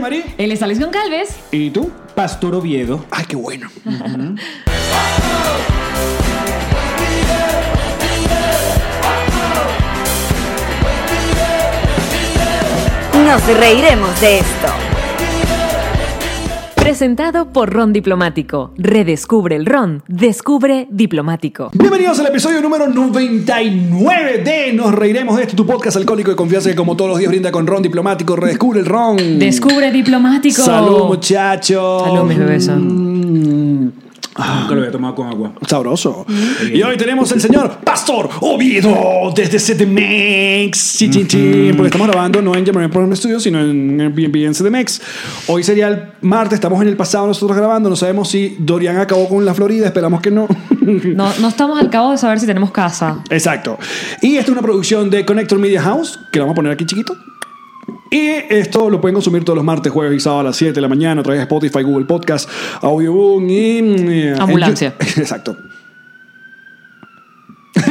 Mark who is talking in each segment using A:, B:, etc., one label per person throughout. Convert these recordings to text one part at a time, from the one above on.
A: Marí?
B: Él es Alexión Calves.
A: ¿Y tú? Pastor Oviedo.
C: Ay, qué bueno.
D: Nos reiremos de esto.
B: Presentado por Ron Diplomático. Redescubre el Ron. Descubre Diplomático.
C: Bienvenidos al episodio número 99 de Nos Reiremos de esto, tu podcast alcohólico de confianza que como todos los días brinda con ron diplomático, redescubre el ron.
B: Descubre Diplomático.
C: Salud, muchachos.
B: Salud, mis bebés.
C: Mm,
A: Nunca lo había tomado con agua.
C: sabroso. Y hoy tenemos el señor Pastor Oviedo desde CDMX. Chin, chin, chin. Porque estamos grabando no en Jamaica Problem Studios, sino en Airbnb en CDMX. Hoy sería el martes, estamos en el pasado nosotros grabando. No sabemos si Dorian acabó con la Florida, esperamos que no.
B: No, no estamos al cabo de saber si tenemos casa.
C: Exacto. Y esta es una producción de Connector Media House, que la vamos a poner aquí chiquito. Y esto lo pueden consumir todos los martes, jueves y sábado a las 7 de la mañana a través de Spotify, Google Podcast, Audioboom y... eh,
B: Ambulancia.
C: en Yu- Exacto.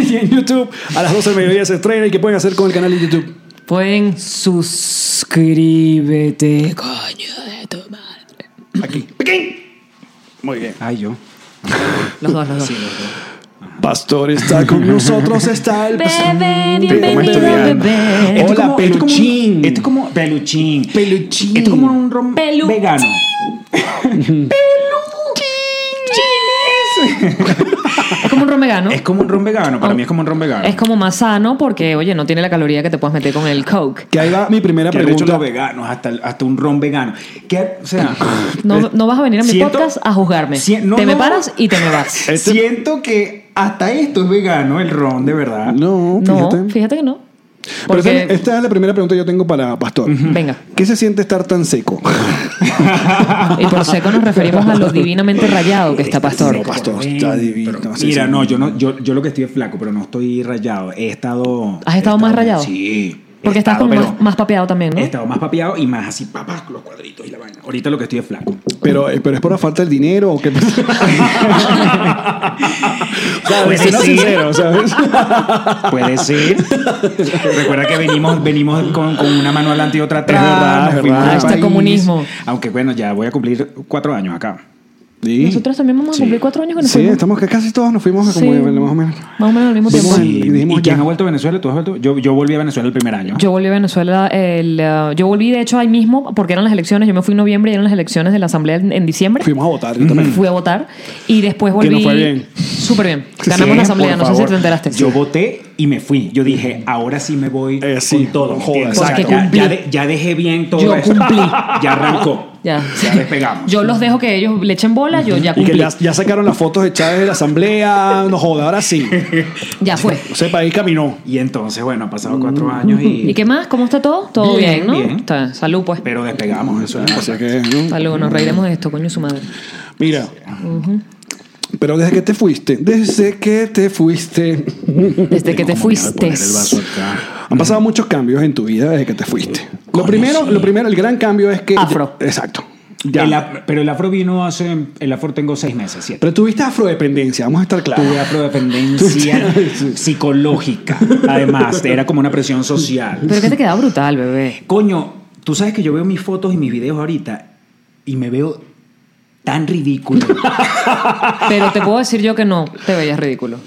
C: y en YouTube a las 12 del mediodía se estrena y qué pueden hacer con el canal de YouTube.
B: Pueden suscríbete, coño de tu madre.
C: Aquí. Piquín. Muy bien.
A: Ay, yo.
B: Los dos, los dos.
C: Pastor está con nosotros, está el...
B: Bebé, bienvenido,
C: ¿Cómo estás?
A: Oh.
B: bebé.
C: Hola,
A: peluchín.
C: peluchín.
A: Esto es como peluchín.
C: Peluchín.
A: Esto es como un ron
B: Peluchín.
A: vegano.
B: Es como un ron vegano.
A: Es como un ron vegano. Para mí es como un ron vegano.
B: Es como más sano porque, oye, no tiene la caloría que te puedes meter con el Coke.
C: Que ahí va mi primera
A: que han hecho
C: pregunta.
A: los veganos, hasta, hasta un ron vegano. Que, o sea,
C: Eh,
B: No, no vas a venir a mi
A: Siento-
B: podcast a juzgarme.
A: Si- no,
B: te me
A: no, no.
B: paras y te me vas.
C: Este-
A: siento que hasta esto es vegano, el ron, de verdad.
C: No,
B: No,
C: fíjate.
B: fíjate, que no.
C: Pero
B: Porque,
C: esta, esta es la primera pregunta que yo tengo para Pastor.
B: venga,
C: ¿Qué se siente estar tan seco?
B: y por seco nos referimos a lo divinamente rayado que está Pastor.
C: No, Pastor, está divino.
A: Pero
C: Sí,
A: mira,
C: sí.
A: no, yo no, yo, yo lo que estoy es flaco, pero no estoy rayado. He estado.
B: ¿Has
A: he
B: estado más rayado?
A: Sí. he
B: Porque estás
A: estado,
B: como
A: pero
B: más, más papeado también, ¿no?
A: He estado más papeado y más así, papá, con los cuadritos y la vaina. Ahorita lo que estoy es flaco.
C: Pero, eh, pero es por la falta del dinero o qué pasa? ¿Sabes?
A: Pues
C: Siendo
A: sí.
C: sincero, ¿sabes?
A: Puede ser. Recuerda que venimos, venimos con, con una mano adelante y otra atrás.
C: Es verdad,
A: nos
C: es
A: fuimos
C: verdad.
A: de
B: Hasta
A: país.
B: comunismo.
A: Aunque bueno, ya voy a cumplir cuatro años acá.
C: Sí,
B: Nosotros también vamos a
A: Sí.
B: cumplir cuatro años que nos
C: sí
B: fuimos.
C: estamos que casi todos nos fuimos
B: Sí.
C: como bueno, más o menos.
B: Más o menos al mismo tiempo.
C: Vimos
A: Sí.
C: el- dijimos
A: ¿Y quién
C: ya.
A: ha vuelto a Venezuela? ¿Tú has vuelto? Yo, yo volví a Venezuela el primer año.
B: Yo volví a Venezuela, el, uh, yo volví de hecho ahí mismo porque eran las elecciones, yo me fui en noviembre y eran las elecciones de la Asamblea en, en diciembre.
C: Fuimos a votar yo también.
B: Fui a votar y después volví.
C: Mm. Que nos fue bien.
B: Súper bien.
C: Sí,
B: Ganamos la Asamblea,
A: por
B: no sé si
A: favor.
B: te enteraste.
A: Yo voté y me fui. Yo dije, ahora sí me voy
C: Eh, sí,
A: con todo.
C: joda,
A: ¿entiendes?
B: exacto. Porque
A: Ya,
B: cumplí.
A: ya de- ya dejé bien todo
B: Yo
A: esto.
B: cumplí.
A: Ya arrancó.
B: Ya.
A: Ya despegamos.
B: Yo los dejo que ellos le echen bola, yo ya
C: Y que
B: cumplí.
C: ya, ya sacaron las fotos de Chávez de la asamblea. No joda, ahora sí.
B: Ya fue.
C: Ese país caminó.
A: Y entonces, bueno, han pasado cuatro años y...
B: Mm. ¿Y qué más? ¿Cómo está todo? Todo
A: Bien,
B: bien, ¿no?
A: bien.
B: Está- salud, pues.
A: Pero despegamos. Eso es
C: O sea que, ¿no?
B: Salud, nos reiremos de esto, coño su madre.
C: Mira. Pero desde que te fuiste, desde que te fuiste,
B: Desde que te fuiste.
C: han pasado muchos cambios en tu vida desde que te fuiste. Lo primero, lo primero, el gran cambio es que
B: Afro.
C: exacto. Ya.
A: El af- pero el afro vino hace... El afro tengo seis meses, siete.
C: Pero tuviste afrodependencia, vamos a estar claros.
A: Tuve afrodependencia psicológica. Además, era como una presión social.
B: Pero que te queda brutal, bebé.
A: Coño, tú sabes que yo veo mis fotos y mis videos ahorita y me veo tan ridículo.
B: Pero te puedo decir yo que no, te veías ridículo.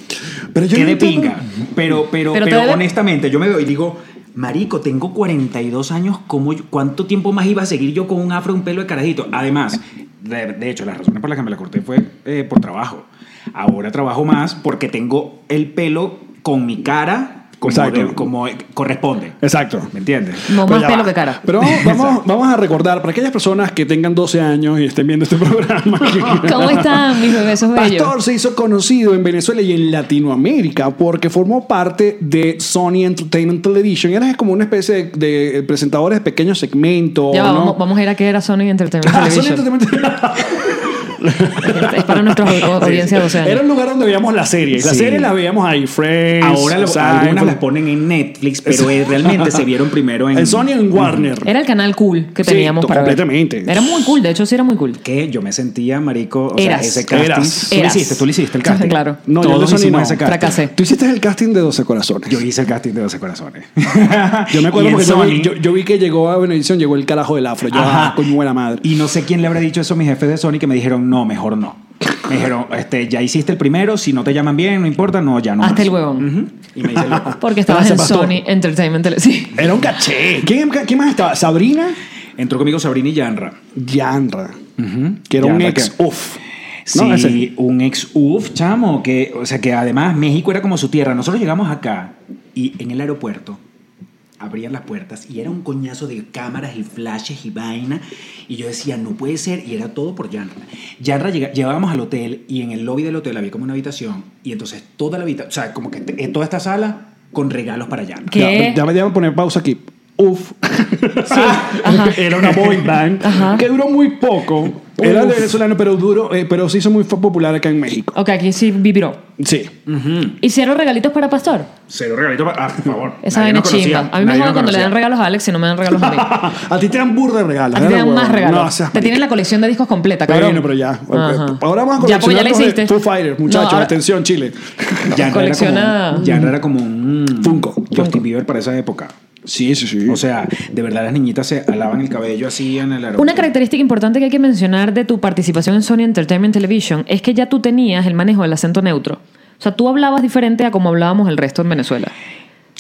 C: Pero yo
A: que
C: no
A: de
C: entiendo-
A: pinga. Pero, pero,
B: Pero
A: pero,
B: te debe-
A: honestamente, yo me veo y digo, marico, tengo 42 años, ¿cómo yo- ¿cuánto tiempo más iba a seguir yo con un afro, un pelo de carajito? Además, de, de hecho, las razones por las que me la corté fue eh, por trabajo. Ahora trabajo más porque tengo el pelo con mi cara como,
C: Exacto.
A: de- como corresponde.
C: Exacto.
A: ¿Me entiendes?
B: No
C: Pero
B: más
C: ya
B: pelo
C: va.
B: que cara.
C: Pero vamos, vamos, vamos a recordar para aquellas personas que tengan 12 años y estén viendo este programa.
B: ¿Cómo están mis bebés? Esos bellos.
C: Pastor se hizo conocido en Venezuela y en Latinoamérica porque formó parte de Sony Entertainment Television. Era como una especie de, de presentadores de pequeños segmentos.
B: Ya va,
C: ¿no?
B: vamos, vamos a ir a que era Sony Entertainment
C: Ah, Sony
B: Television.
C: Entertainment Television.
B: Es para nuestra o- audiencia de 12
C: Era
B: años.
C: un lugar donde veíamos la serie. La
A: Sí.
C: serie la veíamos ahí, Friends.
A: Ahora lo-
C: Seinfeld.
A: algunas las ponen en Netflix, pero eh, realmente se vieron primero en...
C: En Sony y en Warner.
B: Era el canal cool que
C: Sí,
B: teníamos
C: to-
B: para ver.
C: completamente.
B: Era muy cool, de hecho sí era muy cool.
A: Que yo me sentía, marico, o
B: Eras.
A: sea, ese casting.
C: Eras.
A: Tú lo
B: Eras.
A: hiciste, tú lo hiciste el casting.
B: Claro.
C: No, yo
A: Todos
C: de Sony
A: hicimos
C: no.
A: ese casting.
B: Fracasé.
C: Tú hiciste el casting de 12 corazones.
A: Yo hice el casting de 12 corazones.
C: Yo me
A: Y
C: acuerdo
A: en
C: porque yo, vi-
A: Sony-
C: yo- yo vi que llegó a Benedición, llegó el carajo del afro. Yo,
A: Ajá.
C: ah, coño de la madre.
A: Y no sé quién le habrá dicho eso a mis jefes de Sony que me dijeron, no, mejor no. Me dijeron, este, ya hiciste el primero, si no te llaman bien, no importa, no, ya no.
B: Hasta
A: más.
B: el huevón.
A: Ujú. Y me hice loco.
B: Porque estabas
C: Gracias,
B: en
C: pastor.
B: Sony Entertainment. Tele- Sí.
C: Era un caché. ¿Quién, quién más estaba? Sabrina
A: Entró conmigo Sabrina y Yanra.
C: Yanra, que era un
A: Yanra,
C: ex
A: ¿Mm? que-
C: uff.
A: Sí,
C: No, ese.
A: un ex UF, chamo, que, o sea, que además México era como su tierra. Nosotros llegamos acá y en el aeropuerto abrían las puertas y era un coñazo de cámaras y flashes y vaina. Y yo decía, no puede ser, y era todo por Yanra. Yanra llega- llegábamos al hotel y en el lobby del hotel había como una habitación y entonces toda la habitación, o sea, como que te- eh, toda esta sala con regalos para Yanra.
B: ¿Qué?
C: Ya, ya me voy a poner pausa aquí. Uf. Era una boy band
B: Ajá.
C: que duró muy poco. Era
A: Uf.
C: venezolano, pero duro, eh, pero se hizo muy popular acá en México.
B: Ok, aquí sí vibró.
C: Sí.
B: ¿Hicieron regalitos para Pastor?
A: Cero regalito, para- ah, por favor.
B: Esa
A: Nadie
B: vaina
A: nos conocía,
B: chimba. A mí me
A: nadie
B: joda
A: nos
B: cuando le dan
A: conocía.
B: regalos a Alex y no me dan regalos a mí. A
C: A ti te dan burda de regalos.
B: ti te
C: ¿eh,
B: dan
C: huevón?
B: más regalos.
C: No, seas
B: te tienen la colección de discos completa, cabrón.
C: Bueno, pero ya. pues,
B: Ajá.
C: Ahora vamos a
B: Ya, porque ya
C: coleccionar
B: la
C: los de
B: hiciste.
C: Foo Fighters, muchachos.
B: No, ahora-
C: Atención, Chile.
A: Yanra era como-
B: Colecciona-
A: Yanra era como un
C: Funko. Funko.
A: Justin Bieber para esa época.
C: Sí, sí, sí.
A: O sea, de verdad las niñitas se alaban el cabello así en el aeropuerto.
B: Una característica importante que hay que mencionar de tu participación en Sony Entertainment Television es que ya tú tenías el manejo del acento neutro. O sea, tú hablabas diferente a como hablábamos el resto en Venezuela.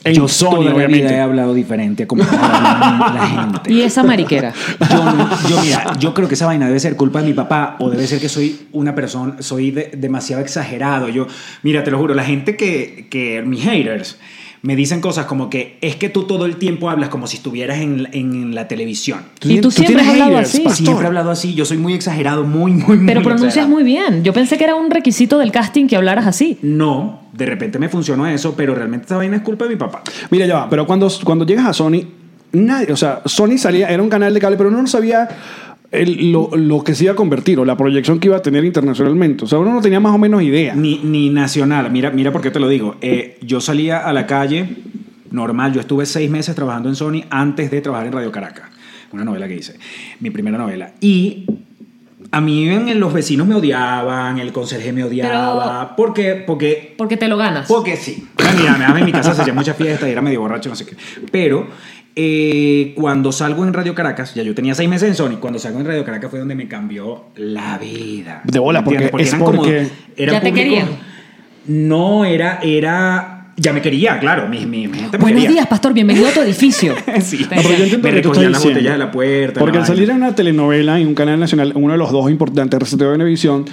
C: En
A: Yo
C: Sony,
A: toda la
C: obviamente.
A: vida he hablado diferente a como habla la gente.
B: Y esa mariquera.
A: Yo, no- yo, mira, yo creo que esa vaina debe ser culpa de mi papá o debe ser que soy una persona, soy de- demasiado exagerado. Yo, mira, te lo juro, la gente que, que mis haters me dicen cosas como que es que tú todo el tiempo hablas como si estuvieras en, la- en la televisión.
B: Y tú siempre has hablado así.
C: pastor.
A: Siempre he hablado así, yo soy muy exagerado, muy, muy, muy
B: Pero pronuncias
A: exagerado.
B: muy bien. Yo pensé que era un requisito del casting que hablaras así.
A: No, de repente me funcionó eso, pero realmente esa vaina es culpa de mi papá.
C: Mira, ya va, pero cuando, cuando llegas a Sony, nadie, o sea, Sony salía, era un canal de cable, pero uno no sabía el- lo, lo que se iba a convertir o la proyección que iba a tener internacionalmente. O sea, uno no tenía más o menos idea.
A: Ni, ni nacional. Mira, mira por qué te lo digo. Eh, yo salía a la calle normal. Yo estuve seis meses trabajando en Sony antes de trabajar en Radio Caracas. Una novela que hice. Mi primera novela. Y a mí en- los vecinos me odiaban, el conserje me odiaba. ¿Por qué? Porque
B: Porque te lo ganas.
A: porque sí. Bueno, Mira, me daba en mi casa, se hacía mucha fiesta y era medio borracho, no sé qué. Pero eh, cuando salgo en Radio Caracas, ya yo tenía seis meses en Sony, cuando salgo en Radio Caracas fue donde me cambió la vida.
C: De bola,
A: ¿Me entiendes?
C: porque es
A: eran como-
C: porque-
A: era
B: Ya te
A: público-
B: querían.
A: No, era, era, ya me quería, claro, mi, mi, mi gente me
B: Buenos
A: quería.
B: días, pastor. Bienvenido a tu edificio.
A: Sí.
C: No, pero yo entiendo
A: Me
C: lo que tú
A: recogían
C: estás
A: las
C: diciendo.
A: botellas de la puerta,
C: Porque
A: la
C: al
A: vaina.
C: salir en una telenovela en un canal nacional, uno de los dos importantes, RCTV Venevisión,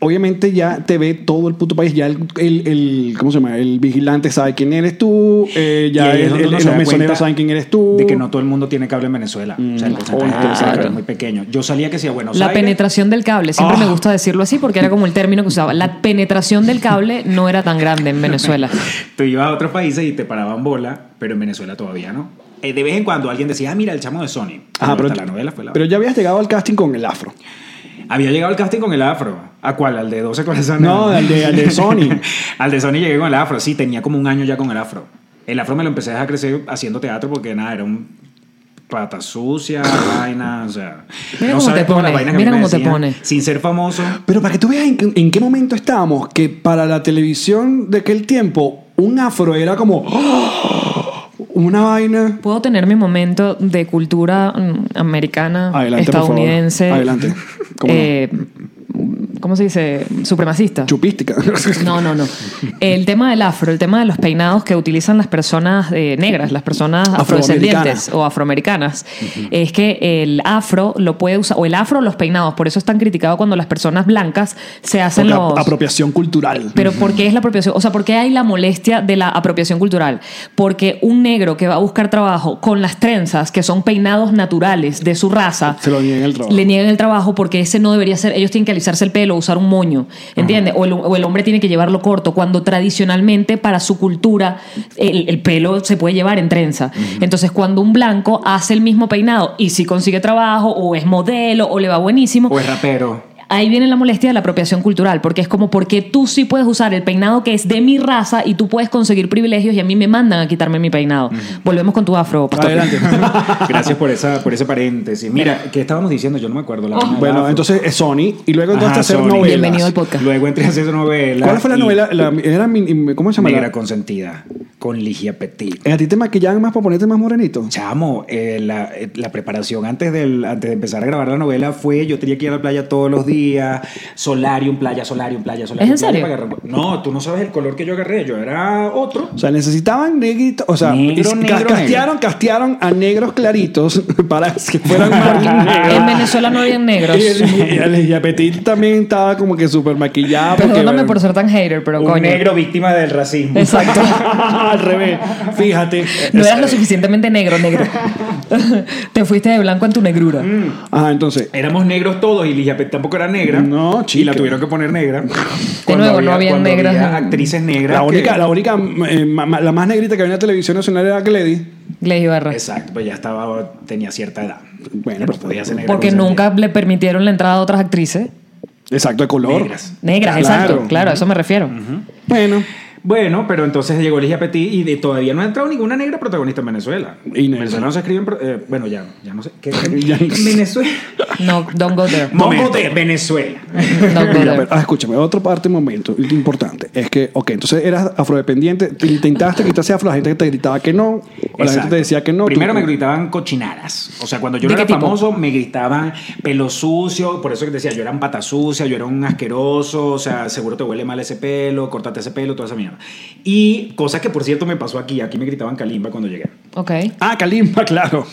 C: obviamente ya te ve todo el puto país. Ya el, el- el- ¿cómo se llama? El vigilante sabe quién eres tú. eh,
A: Y
C: ya
A: ahí es
C: el-
A: donde
C: el-
A: uno se
C: los
A: da cuenta
C: mesoneros saben quién eres tú.
A: De que no todo el mundo tiene cable en Venezuela. o sea, el
C: Mm,
A: porcentaje
C: claro.
A: de cable es muy pequeño. Yo salía que sí a Buenos
B: La
A: Aires.
B: penetración del cable. Siempre
C: Ah.
B: me gusta decirlo así porque era como el término que usaba. La penetración del cable no era tan grande en Venezuela.
A: Tú ibas a otros países y te paraban bola, pero en Venezuela todavía no. Eh, de vez en cuando alguien decía, ah, mira, el chamo de Sony.
C: Ajá,
A: pero
C: pero,
A: hasta la novela fue la
C: pero ya habías llegado al casting con el afro.
A: Había llegado al casting con el afro. ¿A cuál? ¿Al de 12 corazones?
C: No, al de- al de Sony.
A: al de Sony llegué con el afro. Sí, tenía como un año ya con el afro. El afro me lo empecé a dejar crecer haciendo teatro porque nada, era un pata sucia, vaina, o sea...
B: Mira cómo
A: sabes
B: te
A: todas las
B: pone,
A: vainas que a
B: mira
A: mí me
B: cómo te
A: decían.
B: pone.
A: Sin ser famoso...
C: Pero para que tú veas en, qué- en qué momento estábamos, que para la televisión de aquel tiempo, un afro era como ¡oh! una vaina.
B: Puedo tener mi momento de cultura mm, americana,
C: Adelante, por favor.
B: estadounidense.
C: Adelante. ¿Cómo no?
B: eh, ¿Cómo se dice? Supremacista.
C: Chupística.
B: No, no, no. El tema del afro, el tema de los peinados que utilizan las personas eh, negras, las personas afrodescendientes
C: Afroamericanas.
B: o afroamericanas, es que el afro lo puede usar, o el afro los peinados, por eso es tan criticado cuando las personas blancas se hacen
C: Porque
B: los...
C: ap- apropiación cultural.
B: Pero ¿por qué es la apropiación? O sea, ¿por qué hay la molestia de la apropiación cultural? Porque un negro que va a buscar trabajo con las trenzas, que son peinados naturales de su raza,
C: Se lo niegan el trabajo.
B: le niegan el trabajo porque ese no debería ser, ellos tienen que alisarse el pelo, usar un moño, ¿entiendes? O el, o el hombre tiene que llevarlo corto, cuando tradicionalmente para su cultura el, el pelo se puede llevar en trenza. Entonces, cuando un blanco hace el mismo peinado y si consigue trabajo o es modelo o le va buenísimo,
A: O es rapero.
B: ahí viene la molestia de la apropiación cultural, porque es como porque tú sí puedes usar el peinado que es de mi raza y tú puedes conseguir privilegios y a mí me mandan a quitarme mi peinado. Volvemos con tu afro, pastor.
C: Adelante.
A: Gracias por, esa, por ese paréntesis. Mira, ¿qué estábamos diciendo? Yo no me acuerdo. La vaina del
C: bueno,
A: afro.
C: entonces es Sony y luego entonces
A: Ajá,
C: hacer
A: Sony.
C: novelas.
B: Bienvenido al podcast.
A: Luego entré a hacer novela.
C: ¿Cuál fue la novela? La- era mi- ¿Cómo se llama?
A: Negra
C: La,
A: consentida, con Ligia Petit.
C: ¿A ti te maquillaban más para ponerte más morenito?
A: Chamo, eh, la, eh, la preparación antes, del, antes de empezar a grabar la novela fue yo tenía que ir a la playa todos los días, solarium, playa, solarium, playa, solarium.
B: ¿Es en
A: playa,
B: serio?
A: para agarrar- No, tú no sabes el color que yo agarré, yo era otro.
C: O sea, necesitaban negritos, o sea,
A: Negro,
C: y ca-
A: negro,
C: castearon, castearon a negros claritos para que fueran más
B: En Venezuela no habían negros.
C: Y, el- y el- y Apetit también estaba como que súper maquillado. Ah, porque,
B: Perdóname
C: bueno,
B: por ser tan hater, pero
A: Un
B: coño.
A: negro víctima del racismo.
B: Exacto.
C: Al revés, fíjate.
B: No eras lo suficientemente negro, negro. Te fuiste de blanco en tu negrura.
C: Ajá, entonces.
A: Éramos negros todos y Ligia Petit tampoco era negra.
C: No,
A: Y la
C: chica.
A: tuvieron que poner negra. Cuando
B: nuevo, no habían
A: cuando
B: negras.
A: había actrices negras.
C: La
A: que-
C: única, la única, eh, ma- ma- la más negrita que había en la televisión nacional era Glady.
B: Gladys
C: Ah.
B: Ibarra.
A: Exacto, pues ya estaba, tenía cierta edad.
C: Bueno,
A: Ya no
C: pero-
A: podía ser negra.
B: Porque
A: con
B: nunca le permitieron la entrada a otras actrices.
C: Exacto, de color.
A: Negras.
B: Negras,
C: Claro.
B: exacto. Claro, a eso me refiero.
C: Bueno,
A: Bueno, pero entonces llegó Ligia Petit y de- todavía no ha entrado ninguna negra protagonista en Venezuela.
C: Y negra.
A: Venezuela no se escriben. pro- eh, bueno, ya, ya no sé. ¿Qué-
C: Ya no sé.
A: Venezuela.
B: No, don't go there.
A: Momento de Venezuela.
B: Don't go
C: mira, pero,
B: there.
C: ah, escúchame, otra parte, momento importante. Es que, ok, entonces eras afrodependiente, te intentaste quitarse afro, la gente te gritaba que no, o la gente
A: Exacto.
C: te decía que no.
A: Primero
C: tú-
A: me gritaban cochinadas. O sea, cuando yo
B: ¿De
A: no era
B: qué tipo?
A: famoso, me gritaban pelo sucio. Por eso que decía, yo era un pata sucia, yo era un asqueroso. O sea, seguro te huele mal ese pelo, cortate ese pelo, toda esa mierda. Y cosas que, por cierto, me pasó aquí. Aquí me gritaban calimba cuando llegué.
B: Ok.
C: Ah, Kalimba, claro.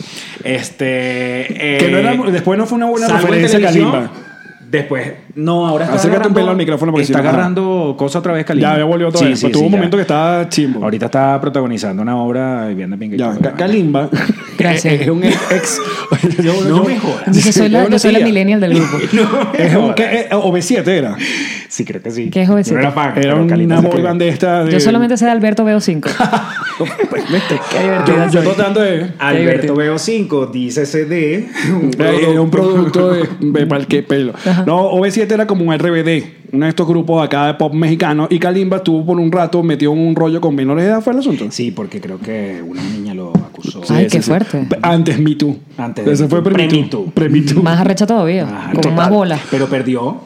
A: Este. eh,
C: Que no era- después no fue una buena
A: salgo en
C: referencia a
A: televisión,
C: Kalimba.
A: Después, no, ahora está
C: Acércate un
A: agarrando-
C: pelo al micrófono porque
A: está
C: si no-
A: agarrando cosa otra vez Kalimba.
C: Ya, ya volvió otra
A: Sí,
C: vez. Pues
A: sí,
C: Tuvo
A: sí,
C: un
A: ya.
C: momento que estaba chimbo.
A: Ahorita está protagonizando una obra y viene pingue-
C: Ya, Ka- Kalimba.
B: Gracias.
C: Es un ex. yo,
A: No me jodas.
B: Dice, soy la, yo soy la
C: tía.
B: millennial del grupo.
A: No,
C: Es un que- eh, OV7 era.
A: Sí, creo que sí.
B: ¿Qué es jovencito?
A: Yo no era fan,
C: Era
A: pero Kalimba
C: una
A: sí
C: boy
A: que-
C: band de esta. de- Pues,
B: Yo solamente sé de Alberto Veo 5.
C: Yo, yo tratando de.
A: Alberto Veo 5, dice CD. Un
C: Eh, Era un
A: producto-
C: producto de, de pal que pelo. No, OV7 era como un RBD, uno de estos grupos acá de pop mexicano. Y Kalimba estuvo por un rato metido en un rollo con menores de edad, fue el asunto.
A: Sí, porque creo que una niña lo acusó.
B: Ay, qué fuerte.
C: P- Antes Me Too.
A: Antes de
C: Ese
A: Me
C: fue
A: Too.
C: pre Me
A: Pre-Me
C: Too.
A: Too.
C: Pre Me Too.
B: Más arrecha todavía.
A: Ah,
B: con
A: total.
B: más bola.
A: Pero perdió.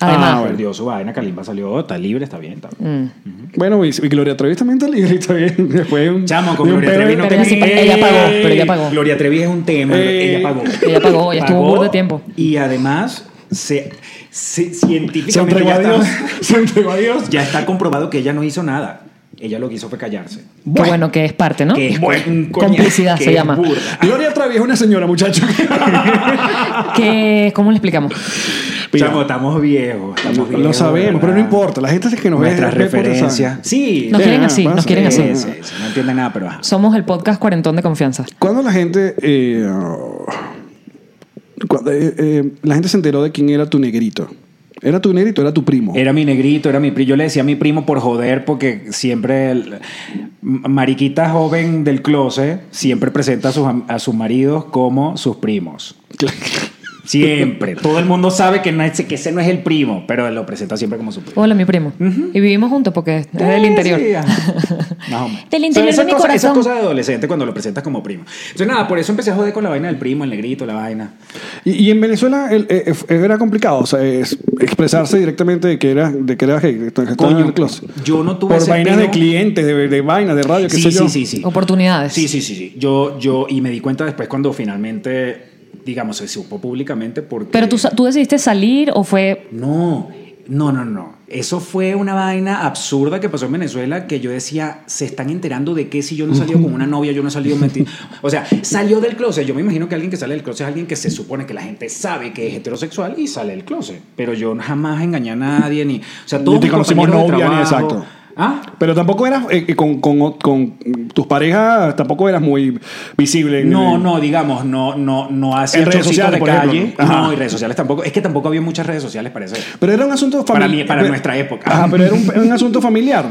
B: Además. mm,
C: Ah, bueno.
A: Perdió su vaina. Kalimba salió, está libre, está bien. Está bien.
C: Bueno, y, y Gloria Trevi también está libre. Está bien. Después de un,
A: Chamo, con
C: de un
A: Gloria
C: pedo-
A: Trevi
B: pero
A: no te
B: ella sí pa-
A: metes.
B: ella pagó, pero ella pagó.
A: Gloria Trevi es un tema,
C: Eh,
A: ella pagó.
B: ella pagó, ella estuvo burda de tiempo.
A: Y además, se, se,
C: Se
A: científicamente
C: entregó
A: ya
C: a Dios.
A: está,
C: Se entregó a Dios.
A: ya está comprobado que ella no hizo nada. Ella lo que hizo fue callarse.
B: Qué bueno que es parte, ¿no?
A: Que es un coñazo,
B: Complicidad
A: que
B: se
A: es
B: llama.
A: burda.
C: Gloria Trevi es una señora, muchacho.
B: Que, ¿Cómo le explicamos?
C: Mira,
A: Chamo, estamos viejos. Estamos viejos
C: lo sabemos,
A: ¿verdad?
C: pero no importa. La gente es que nos ve.
A: Nuestras
C: ve por esa-
A: referencias. Sí,
B: Nos
A: sí,
B: quieren
C: ah,
B: así, nos
C: pasa.
B: quieren
A: sí,
B: así.
A: sí, sí, no entienden nada, pero ajá.
B: Somos el podcast cuarentón de confianza.
C: Cuando la gente. eh, cuando, eh, eh, la gente se enteró de quién era tu negrito. ¿Era tu negrito? ¿Era tu primo?
A: Era mi negrito, era mi primo. Yo le decía a mi primo por joder, porque siempre el- m- mariquita joven del closet siempre presenta a sus, am- a sus maridos como sus primos. Siempre. Todo el mundo sabe que, no es- que ese no es el primo, pero lo presenta siempre como su primo.
B: Hola, mi primo. Y vivimos juntos porque es del
A: Sí,
B: interior.
A: Eh, sí, ajá. Más o menos.
B: Del interior
A: Esas
B: de mi
A: cosas- Esas
B: corazón.
A: cosas de adolescente cuando lo presentas como primo. Entonces, nada, por eso empecé a joder con la vaina del primo, el negrito, la vaina.
C: Y, y en Venezuela el- eh, eh, era complicado, o sea, es- expresarse directamente de que era, de que era gay, de que estaba en el closet.
A: yo no tuve
C: Por
A: ese
C: vainas de
A: peo.
C: clientes, de, de vainas, de radio, qué
A: Sí,
C: sé yo.
A: sí, sí, sí.
B: Oportunidades.
A: Sí, sí, sí, sí. Yo, yo, y me di cuenta después cuando finalmente, digamos, se supo públicamente porque...
B: Pero tú, sa- tú decidiste salir o fue.
A: No, no, no, no. Eso fue una vaina absurda que pasó en Venezuela que yo decía, se están enterando de que si yo no he salido con una novia, yo no he salido metido. O sea, salió del closet. Yo me imagino que alguien que sale del closet es alguien que se supone que la gente sabe que es heterosexual y sale del closet. Pero yo jamás engañé a nadie, ni... O sea, todos
C: Ni te
A: mis
C: conocimos
A: compañeros de
C: novia, ni
A: trabajo-
C: exacto.
A: ¿Ah?
C: Pero tampoco eras, eh, eh, con, con- con tus parejas, tampoco eras muy visible. en-
A: No,
C: en-
A: no, digamos, no, no, no hacía
C: En redes
A: chorcito
C: sociales,
A: de
C: por
A: calle.
C: ejemplo, ¿no? Ajá. Ah,
A: No, y redes sociales tampoco. Es que tampoco había muchas redes sociales para eso.
C: Pero era un asunto
A: Para
C: familiar.
A: mí, para nuestra época.
C: Ajá, pero era un, era un asunto familiar.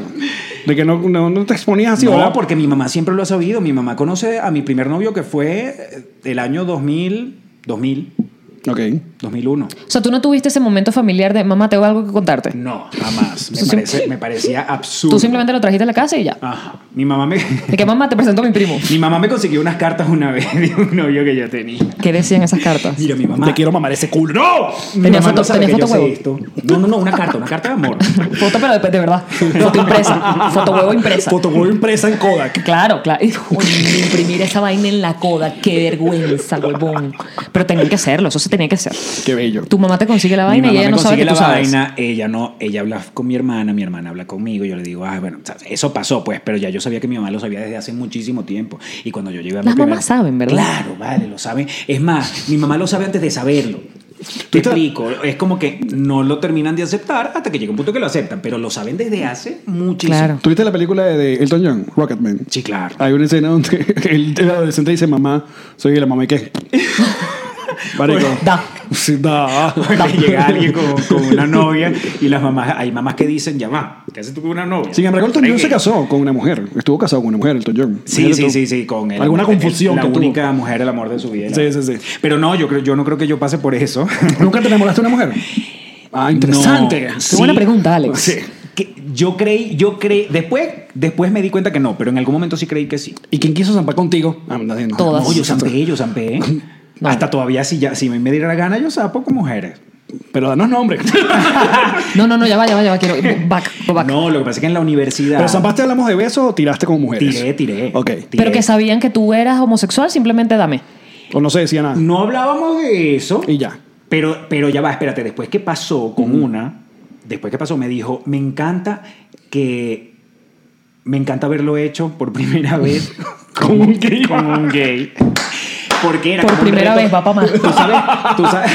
C: De que no, no, no te exponías así.
A: no, pues
C: ¿verdad?
A: porque mi mamá siempre lo ha sabido. Mi mamá conoce a mi primer novio que fue eh, el año 2000, 2000,
C: Ok.
A: 2001.
B: O sea, tú no tuviste ese momento familiar de mamá, tengo algo que contarte.
A: No, jamás. Me,
B: Eso sí.
A: parece- me parecía absurdo.
B: Tú simplemente lo trajiste a la casa y ya.
A: Ajá. Mi mamá me...
B: De que mamá te presento a mi primo.
A: Mi mamá me consiguió unas cartas una vez de un novio que yo tenía.
B: ¿Qué decían esas cartas?
A: Mira, mi mamá.
C: Te quiero mamar ese culo. ¡No!
A: Mi
B: Tenía
A: mamá
B: foto-
A: no sabe
B: tenía
A: que yo
B: foto
A: sé
B: huevo.
A: esto. No, no, no, una carta, una carta de amor.
B: Foto, pero de, de verdad. Foto impresa. Foto huevo impresa.
C: Fotogol impresa en Kodak.
B: Claro, claro. Hijo, imprimir esa vaina en la coda. Qué vergüenza, huevón. Pero tenía que hacerlo, eso se tenía que hacer.
C: Qué bello.
B: Tu mamá te consigue la
A: mi
B: vaina
A: mamá
B: y ella
A: me
B: no sabe
A: consigue
B: que
A: la
B: tú sabes.
A: vaina, ella no, ella habla con mi hermana, mi hermana habla conmigo, yo le digo, ah, bueno, o sea, eso pasó, pues, pero ya yo sabía que mi mamá lo sabía desde hace muchísimo tiempo. Y cuando yo llegué a mi
B: Las
A: primera-
B: mamás saben, ¿verdad?
A: Claro, vale, lo saben. Es más, mi mamá lo sabe antes de saberlo. Te
C: estás-
A: explico, es como que no lo terminan de aceptar hasta que llega un punto que lo aceptan, pero lo saben desde hace muchísimo.
B: Claro.
C: ¿Tuviste la película de, de Elton John, Rocketman?
A: Sí, claro.
C: Hay una escena donde el, el adolescente dice, mamá, soy la mamá y qué. Marico.
B: Da.
C: Sí, da.
A: Que llega alguien con, con una novia y las mamás, hay mamás que dicen, ya va, ¿qué haces tú con una novia?
C: Sin embargo, Elton John
A: Reggae.
C: se casó con una mujer. Estuvo casado con una mujer, Elton John.
A: Sí,
C: Imagínate
A: sí,
C: tú.
A: sí, sí, con el-
C: Alguna
A: el-
C: confusión
A: la
C: que tuvo.
A: única mujer, el amor de su vida.
C: Sí, sí, sí.
A: Pero no, yo, creo, yo no creo que yo pase por eso.
C: ¿Nunca te enamoraste de una mujer? Ah, interesante.
A: No,
B: Qué buena pregunta, Alex.
A: Sí. Que yo creí, yo creí, después, después me di cuenta que no, pero en algún momento sí creí que sí.
C: ¿Y quién quiso zampar contigo? Ah, no, no.
B: Todas.
A: No, yo zampé, yo zampé.
B: No.
A: Hasta todavía, si, ya, si me diera la gana, yo sapo con mujeres.
C: Pero danos nombre.
B: No, no, no, ya va, ya va, ya va. Quiero. Back, go back.
A: No, lo que pasa es que en la universidad.
C: ¿Pero zampaste hablamos de besos o tiraste con mujeres?
A: Tiré, tiré.
C: Ok.
A: Tiré.
B: Pero que sabían que tú eras homosexual, simplemente dame.
C: O no se decía nada.
A: No hablábamos de eso.
C: Y ya.
A: Pero, pero ya va, espérate, después que pasó con una, después que pasó me dijo, me encanta que, me encanta haberlo hecho por primera vez con un gay. Con un gay. Porque era
B: Por
A: como un
B: primera
A: reto.
B: vez, va pa' más.
A: Tú sabes, tú sabes.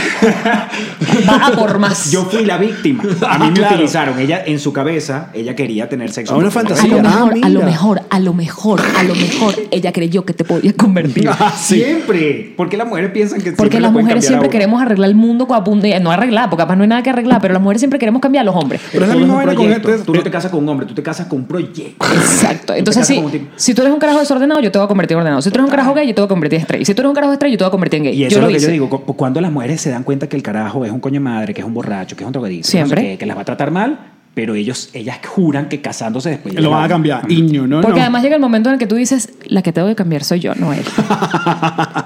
B: Va a por más.
A: Yo fui la víctima. A
B: Ah,
A: mí me
C: Claro.
A: utilizaron. Ella, en su cabeza, ella quería tener sexo.
C: Ah, una
A: por primera
B: a
C: sí,
B: lo
C: ah,
B: mejor, a lo
C: mira.
B: mejor, a lo mejor, a lo mejor ella creyó que te podías convertir.
A: vez. Siempre. Porque las mujeres piensan que
B: Ah, Porque
A: siempre
B: las
A: le pueden
B: mujeres
A: cambiar a
B: siempre
A: uno.
B: queremos arreglar el mundo con apunte- eh, No arreglar, porque capaz no hay nada que arreglar, pero las mujeres siempre queremos cambiar a los hombres.
C: Pero es la
A: Todo
C: misma
A: un
C: vaina con
A: proyecto.
C: gente-
A: este, Tú no te casas con un hombre, tú te casas con un proyecto.
B: Exacto. Entonces,
A: casas
B: si,
A: con un tipo.
B: si tú eres un carajo desordenado, yo te voy a convertir en ordenado. Si tú eres un carajo gay, yo te voy a convertir en straight. Si tú eres un carajo straight, yo te voy a convertir en gay.
A: Y eso
B: yo
A: es lo que
B: hice.
A: yo digo. cu- Cuando las mujeres se dan cuenta que el carajo es un coño madre, que es un borracho, que es un drogadicto,
B: Siempre.
A: no sé qué, que las va a tratar mal, pero ellos, ellas juran que casándose después.
C: Lo van a cambiar. Iño, ¿no?
B: Porque
C: no.
B: además llega el momento en el que tú dices, la que tengo que cambiar soy yo, no él.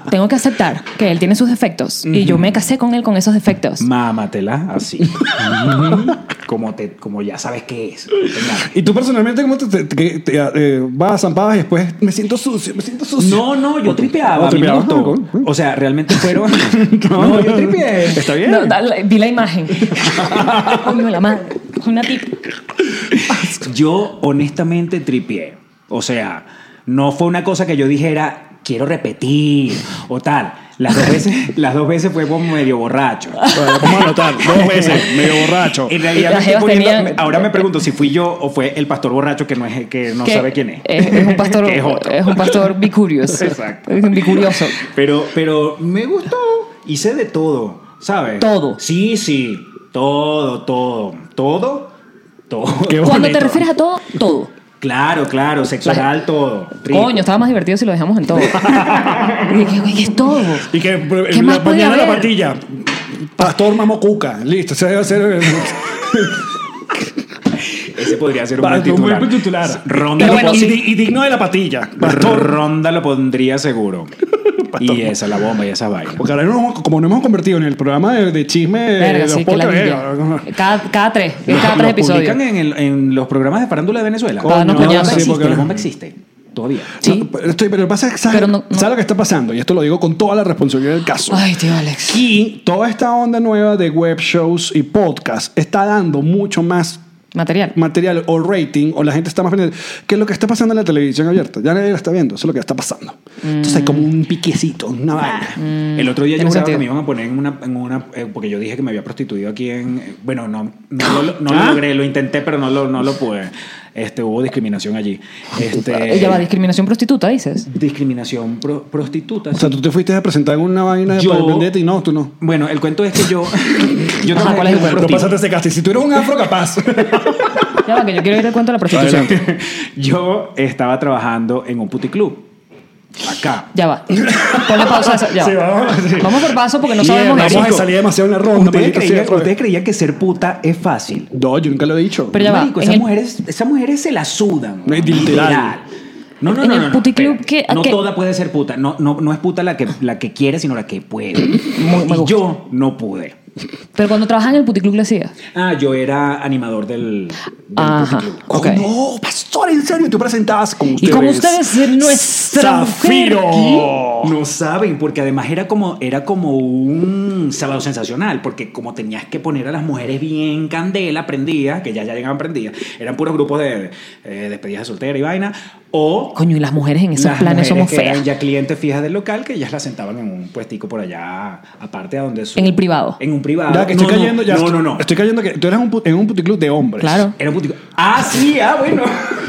B: tengo que aceptar que él tiene sus defectos y yo me casé con él con esos defectos.
A: Mámatela así. Ujú. como, te, como ya sabes qué es. Venga.
C: ¿Y tú personalmente cómo te, te- te- te- eh, vas a zampadas y después me siento sucio, me siento sucio?
A: No, no, yo tripeaba.
C: Ah,
A: a mí me
C: tripeaba.
A: gustó.
C: Ah, cool.
A: O sea, realmente fueron. no, yo tripeé.
C: Está bien.
B: No, da- la- vi la imagen. Coño, la madre. Una tip.
A: Yo honestamente tripié. O sea, no fue una cosa que yo dijera quiero repetir o tal. Las dos veces, las dos veces fue como medio borracho.
C: Bueno, vamos a anotar. Dos veces, medio borracho.
A: En
B: Y
A: realidad me
B: las
A: estoy
B: jevas
A: poniendo-
B: tenían-
A: ahora me pregunto si fui yo o fue el pastor borracho que no es que no
B: Que
A: sabe quién es.
B: Es, es un pastor,
A: Que es otro.
B: es un pastor bicurioso.
A: Exacto.
B: Bicurioso.
A: Pero, pero me gustó. Hice de todo, ¿sabes?
B: Todo.
A: Sí, sí. Todo, todo. Todo, todo.
C: Qué bonito.
B: Cuando te refieres a todo, todo.
A: Claro, claro. Sexual,
B: Las-
A: todo. rico.
B: Coño, estaba más divertido si lo dejamos en todo. y dije, güey, ¿qué es todo?
C: Y que eh,
B: ¿Qué más
C: la,
B: puede
C: mañana la
B: haber?
C: patilla. Pastor Mamo Cuca. Listo. Se debe hacer.
A: Ese podría ser un
C: Para
A: buen
C: un
A: titular.
C: buen titular.
A: Ronda,
C: Pero bueno,
A: lo, pon-
C: y, di- y digno de la patilla. Pastor.
A: Ronda lo pondría seguro. y esa, la bomba y esa vaina.
C: Porque ahora no hemos- como no hemos convertido en el programa de, de chisme de
B: Verga,
C: los
B: sí, que la
C: podcasts,
B: ladilla.
C: eh,
B: cada, cada tres, cada
A: Lo
B: tres episodios.
A: publican en, el- en los programas de farándula de Venezuela.
B: Para darnos
A: la bomba
B: coñazos.
A: existe,
B: Sí,
C: porque-
A: la bomba existe. Todavía.
B: Sí.
C: No, estoy- pero lo que pasa es que sabes
B: Pero no- no.
C: sabes lo que está pasando, y esto lo digo con toda la responsabilidad del caso.
B: Ay, tío Alex.
C: Y toda esta onda nueva de web shows y podcast está dando mucho más
B: Material.
C: material o rating o la gente está más pendiente que lo que está pasando en la televisión abierta. Ya nadie la está viendo, eso es lo que está pasando. Entonces hay como un piquecito,
B: Ah.
C: una vaina.
A: El otro día yo
B: Mm, tiene
A: juraba que
B: sentido.
A: me iban a poner en una, en una eh, porque yo dije que me había prostituido aquí en eh, bueno no no, lo, no lo
C: ¿Ah?
A: logré lo intenté pero no lo, no lo pude este hubo discriminación allí este
B: Ella Eh, va, discriminación prostituta, dices.
A: discriminación pro- prostituta
C: O sea, tú te fuiste a presentar en una vaina de
A: Yo-
C: Para el Vendetta y no, tú no.
A: Bueno, el cuento es que yo. yo
B: Ajá, ¿cuál es el
A: trabajé como
B: cuento?
C: Pero
A: prostituta.
C: pasaste ese casting. Si tú eres un afro capaz.
B: Ya va, que yo quiero ir al cuento de la prostitución.
A: yo estaba trabajando en un puticlub. Acá.
B: Ya va. Ponle pausa. a esa- ya
C: Sí,
B: va.
C: vamos, sí.
B: Vamos por paso porque no
A: Mierda,
B: sabemos
C: Vamos
B: eso.
C: a
A: Marico,
C: salir demasiado en la ronda.
A: ¿Ustedes
C: maldita sea, pues.
A: creían,
C: otra vez.
A: ustedes creían que ser puta es fácil?
C: No, yo nunca lo he dicho.
B: Pero ya va.
A: Marico,
B: en
A: esas,
B: el-
A: mujeres, esas mujeres se la sudan.
C: No,
A: weón.
C: literal.
A: No, no,
B: En
A: no.
B: el
A: no, no,
B: puticlub,
A: espera.
B: ¿qué- a
A: no
B: qué?
A: toda puede ser puta. No, no, no es puta la que, la que quiere, sino la que puede.
B: Muy- me
A: y
B: gusta.
A: yo no pude.
B: Pero cuando trabajas en el puticlub, ¿qué hacías?
A: Ah, yo era animador del, del
B: Ajá.
A: puticlub.
B: Ok.
C: No, pastor, en serio, tú presentabas con ustedes.
B: Y como ustedes, eh, nuestra mujer
C: Zafiro. Oh.
B: aquí.
A: No saben, porque además era como, era como un sábado sensacional, porque como tenías que poner a las mujeres bien candela, prendidas, que ya, ya llegaban prendidas, eran puros grupos de eh, despedidas de soltera y vaina, o
B: Coño, y las mujeres en esos
A: las
B: planes
A: mujeres
B: somos
A: que
B: feas.
A: eran ya clientes fijas del local, que ellas las sentaban en un puestico por allá, aparte a donde su-
B: En el privado.
A: En un privado.
C: Ya, que estoy
A: No, no,
C: cayendo, ya
A: No,
C: estoy-
A: no, no.
C: Estoy cayendo que tú eras un pu- en un puticlub de hombres.
B: Claro.
A: Era un putico. Ah, sí, ah, bueno.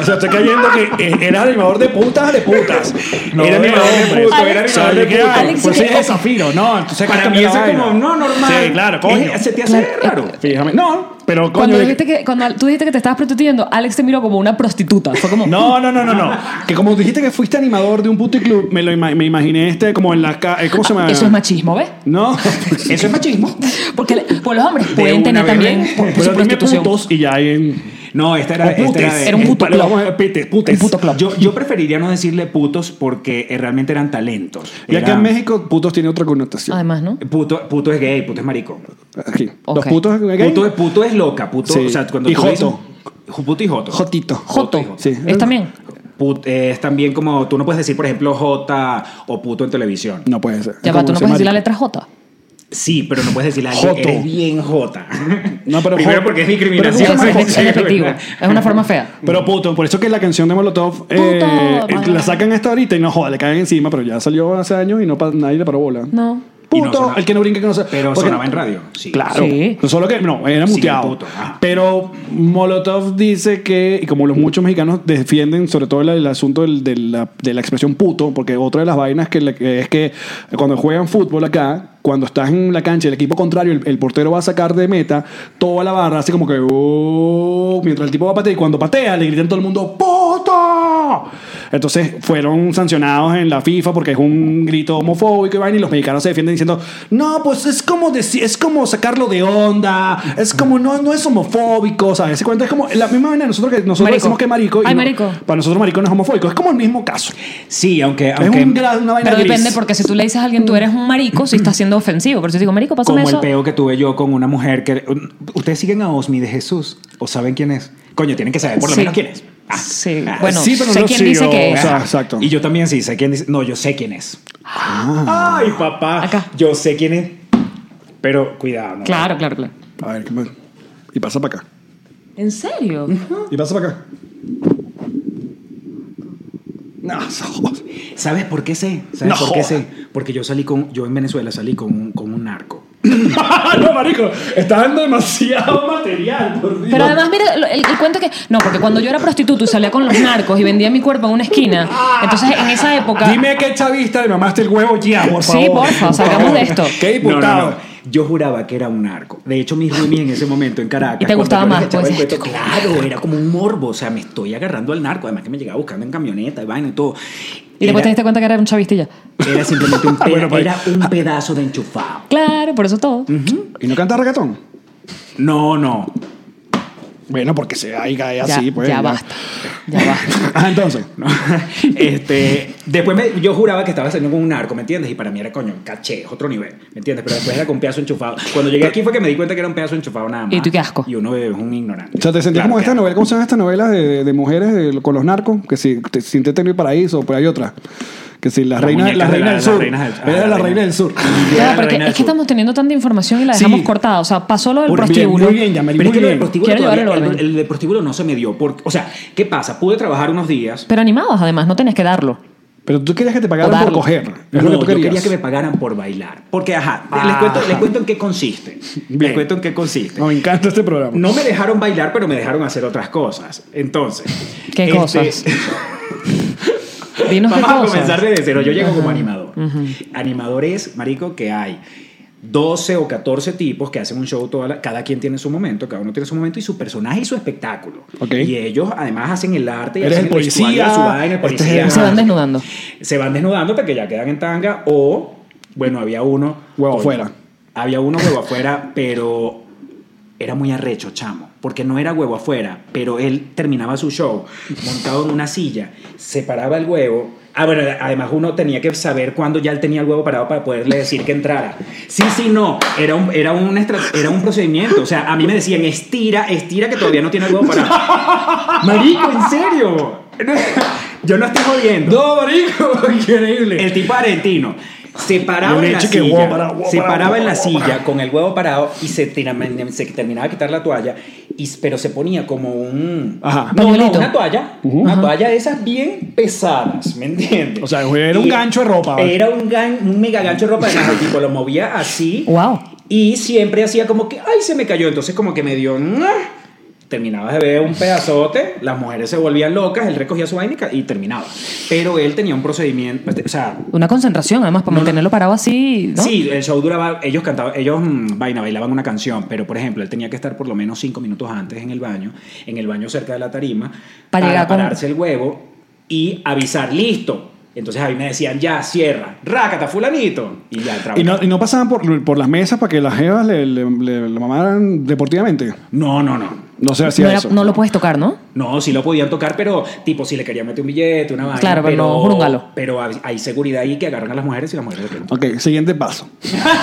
C: O sea, estoy cayendo que eh, eras animador de putas de putas.
A: No,
C: era
A: de
C: animador de
A: hombres.
C: putas. Era
B: Alex,
C: animador de
B: ¿qué
C: putas.
B: hago? Alex,
C: Pues
B: ¿qué
C: ella es zafiro, ¿no? Entonces
A: Para mí eso es como, no, normal.
C: Sí, claro, coño.
A: Es- se te hace
B: Claro. eh,
A: raro.
C: Fíjame. No, pero coño.
B: Cuando,
C: de-
B: dijiste que, cuando tú dijiste que te estabas prostituyendo, Alex te miró como una prostituta. Fue como.
C: No, no, no, no, no. Que como dijiste que fuiste animador de un puticlub, me lo ima- me imaginé este como en la ca- eh, ¿Cómo se llama?
B: Ah, Eso es machismo, ¿ves?
C: No.
A: Eso es machismo.
B: Porque le- pues los hombres pueden
A: una
B: tener
A: vez,
B: también
A: ¿eh?
B: por- por su
C: Pero dime
B: prostitución.
C: putos y ya hay en.
A: No, esta era,
C: o
A: esta era, de-
B: Era un puto
C: Vale,
B: club.
C: Vamos a ver, putes, putes.
B: Un puto club.
A: Yo, yo preferiría no decirle putos porque eh, realmente eran talentos.
C: Ya
A: Era-
C: que en México, putos tiene otra connotación.
B: Además, ¿no?
A: Puto, puto es gay, puto es marico.
C: Aquí.
B: Ok.
C: Los putos. ¿ok?
A: Puto, es- puto es loca, puto.
C: Sí.
A: O sea, cuando
C: Y
A: tú le dices-
C: joto.
A: Puto y joto.
C: Jotito.
B: Joto.
A: Joto.
C: Sí.
B: ¿Es también?
A: Put- eh, es también como tú no puedes decir, por ejemplo, J o puto en televisión.
C: No puede ser.
B: Ya va,
C: Como
B: tú no
C: ese
B: puedes decir la
C: marico.
B: letra J.
A: Sí, pero no puedes decir algo.
C: Joto.
A: Eres bien J.
C: No, pero
A: Primero
C: joto-
A: porque es
C: Sí,
A: discriminación.
B: es,
C: marico,
B: es- es
A: Sí,
B: efectivo.
A: ¿verdad?
B: Es una forma fea.
C: Pero puto, por eso que la canción de Molotov eh,
B: Puto,
C: eh, la sacan hasta ahorita y no joda, le caen encima, pero ya salió hace años y no pa- nadie le paró bola.
B: No.
A: Y no
C: Puto,
A: sonaba.
C: el que no brinca que no se.
A: Pero
C: porque-
A: sonaba en radio. Sí.
C: Claro.
B: Sí.
C: No Solo que no, era
A: Sí,
C: muteado.
A: puto, ajá.
C: pero Molotov dice que, y como los muchos mexicanos defienden sobre todo el, el asunto del- de, la, de la expresión puto, porque otra de las vainas que le- que es que cuando juegan fútbol acá, cuando estás en la cancha, el equipo contrario, el, el portero va a sacar de meta toda la barra, así como que, "Oh", mientras el tipo va a patear, y cuando patea le gritan todo el mundo, ¡puto! Entonces fueron sancionados en la FIFA porque es un grito homofóbico y vaina, y los mexicanos se defienden diciendo, no, pues es como, deci- es como sacarlo de onda, es como, no, no es homofóbico, o sea, ese cuento es como la misma vaina de nosotros que nosotros
B: Marico.
C: decimos que marico. y
B: Ay,
C: no-
B: marico.
C: Para nosotros marico no es homofóbico, es como el mismo caso.
A: Sí, aunque. aunque
C: es un gra- una vaina
B: Pero
C: gris.
B: depende, porque si tú le dices a alguien tú eres un marico, si estás siendo ofensivo. Pero si digo, marico, pásame
A: Como el
B: eso.
A: peo que tuve yo con una mujer que... ¿Ustedes siguen a Osmi de Jesús? ¿O saben quién es? Coño, tienen que saber por lo
B: Sí.
A: menos quién es. Ah.
B: Sí.
A: Ah,
B: Bueno,
C: sí, pero
B: sé
C: no
B: quién
C: sigo,
B: dice que
C: o
B: es.
C: sea,
A: Ajá.
C: exacto.
A: Y yo también sí sé quién dice... No, yo sé quién es. Ay, papá.
B: Ah. Acá.
A: Yo sé quién es. Pero cuidado. ¿no?
B: Claro, claro, claro.
C: A ver, ¿qué más? Y pasa para acá.
B: ¿En serio?
C: Y pasa para acá. No, eso joder.
A: ¿Sabes por qué sé? ¿Sabes
C: No
A: por qué
C: joda.
A: sé? Porque yo salí con... Yo en Venezuela salí con un, con un narco.
C: no, marico, está dando demasiado material, por Dios.
B: Pero además, mira, lo- el, el cuento que. No, porque cuando yo era prostituta y salía con los narcos y vendía mi cuerpo en una esquina, entonces en esa época.
C: Dime qué chavista le mamaste el huevo ya, por
B: Sí,
C: favor.
B: porfa,
C: Por
B: salgamos
C: favor.
B: de esto.
C: Qué
A: No, no,
C: diputado.
A: no. Yo juraba que era un narco. De hecho, mis roomies en ese momento en Caracas.
B: Y te
A: cuando
B: gustaba
A: yo les
B: más,
A: echaba
B: pues,
A: el cuento,
B: este
A: claro, era como un morbo. O sea, me estoy agarrando al narco. Además que me llegaba buscando en camioneta y vaina y todo.
B: Y después te
A: Era-
B: diste cuenta que era un chavistilla.
A: Era simplemente un, peda-
C: Bueno, pues.
A: era un pedazo de enchufado.
B: Claro, por eso todo.
C: ¿Y no canta reggaetón?
A: No, no.
C: Bueno, porque se ahí cae
B: ya,
C: así, pues.
B: ya basta. Ya basta.
C: Ah, entonces.
A: no. este, después me- yo juraba que estaba saliendo con un narco, ¿me entiendes? Y para mí era coño, caché, es otro nivel, ¿me entiendes? Pero después era con pedazo enchufado. Cuando llegué aquí fue que me di cuenta que era un pedazo enchufado nada más.
B: Y tú, qué asco.
A: Y uno es un ignorante.
C: O sea, te sentías
A: Claro,
C: como
A: qué
C: esta
A: asco.
C: novela, ¿cómo se llama esta novela de, de mujeres eh, con los narcos? Que si te sientes en el paraíso, pues hay otra. Que si las
A: Las
C: reinas
A: muñecas
C: la
A: de la-
C: reina del
A: las
C: sur.
A: reinas del- ah,
C: Era
A: la
C: la
A: reina.
C: reina del sur.
A: Ya,
B: Ya,
A: la
B: porque
A: reina
B: es
A: del
B: que
A: sur.
B: estamos teniendo tanta información y la
C: Sí.
B: dejamos cortada. O sea, pasó lo del
C: Por- bien,
B: prostíbulo.
C: Muy bien, Yamel,
A: Pero es
C: muy
A: que lo del
C: bien.
A: prostíbulo
B: Quiero
A: todavía-
B: llevar el orden.
A: el, el del prostíbulo no se me dio. Porque, o sea, ¿qué pasa? Pude trabajar unos días.
B: Pero animabas, además, no tenías que darlo.
C: Pero tú querías que te pagaran por
B: darlo.
C: coger. Es lo
A: no,
C: que tú
A: yo quería
C: querías. Ah.
A: que me pagaran por bailar. Porque, ajá, les, cuento, les cuento en qué consiste.
C: Bien.
A: Les cuento en qué consiste.
C: No, me encanta este programa.
A: No me dejaron bailar, pero me dejaron hacer otras cosas. Entonces. este,
B: ¿Qué cosas? Dinos qué
A: Vamos a
B: cosas.
A: comenzar desde cero. Yo llego como animador. Animador es, marico, que hay 12 o 14 tipos que hacen un show, toda la- cada quien tiene su momento, cada uno tiene su momento y su personaje y su espectáculo.
C: Ok.
A: Y ellos además hacen el arte y
C: Eres
A: hacen
C: el policía,
A: vestuario, su vaina, el
C: este es
A: policía.
C: el-
B: Se van desnudando.
A: se van desnudando hasta que ya quedan en tanga o, bueno, había uno...
C: Huevo
A: coño,
C: afuera.
A: Había uno huevo afuera, pero era muy arrecho, chamo, porque no era huevo afuera, pero él terminaba su show montado en una silla, separaba el huevo. Ah, bueno, además uno tenía que saber cuándo ya él tenía el huevo parado para poderle decir que entrara. Sí, sí, no, era un, era un, estra- era un procedimiento. O sea, a mí me decían, estira, estira que todavía no tiene el huevo parado. Marico, en serio. Yo no estoy jodiendo.
C: No, marico, increíble.
A: El tipo argentino se paraba
C: Le
A: en la
C: eche que
A: silla,
C: huevo parado, huevo
A: se
C: parado,
A: paraba en la
C: huevo
A: silla
C: parado.
A: con el huevo parado y se, tira- se terminaba de quitar la toalla, y, pero se ponía como un
C: Ajá. Uh-huh.
A: no, no,
B: Pañuelito.
A: una toalla, una toalla de esas bien pesadas, ¿me entiendes?
C: O sea, era un gancho de ropa, ¿vale?
A: Era un, gan- un mega gancho de ropa, además el tipo lo movía así
B: Wow.
A: y siempre hacía como que ay se me cayó, entonces como que me dio "Nah". terminaba de ver un pedazote, las mujeres se volvían locas, él recogía su vaina y ca- y terminaba. Pero él tenía un procedimiento, pues, o sea,
B: Una concentración, además, para mantenerlo parado así, ¿no?
A: Sí, el show duraba, ellos cantaban, ellos mm, vaina, bailaban una canción, pero por ejemplo, él tenía que estar por lo menos cinco minutos antes en el baño, en el baño cerca de la tarima,
B: Para llegar con-
A: pararse el huevo y avisar, listo. Entonces ahí me decían, ya, cierra, rácata, fulanito. Y ya el trabajo.
C: Y no, y no pasaban por, por las mesas para que las jevas le, le, le- le mamaran deportivamente.
A: No, no, no.
C: No se hacía
B: No, era-
C: eso.
B: no lo puedes tocar, ¿no?
A: No, sí lo podían tocar, pero tipo, si le querían meter un billete, una vaina.
B: Claro, pero no, jurúngalo.
A: Pero hay- hay seguridad ahí que agarran a las mujeres y las mujeres de repente.
C: Ok, siguiente paso.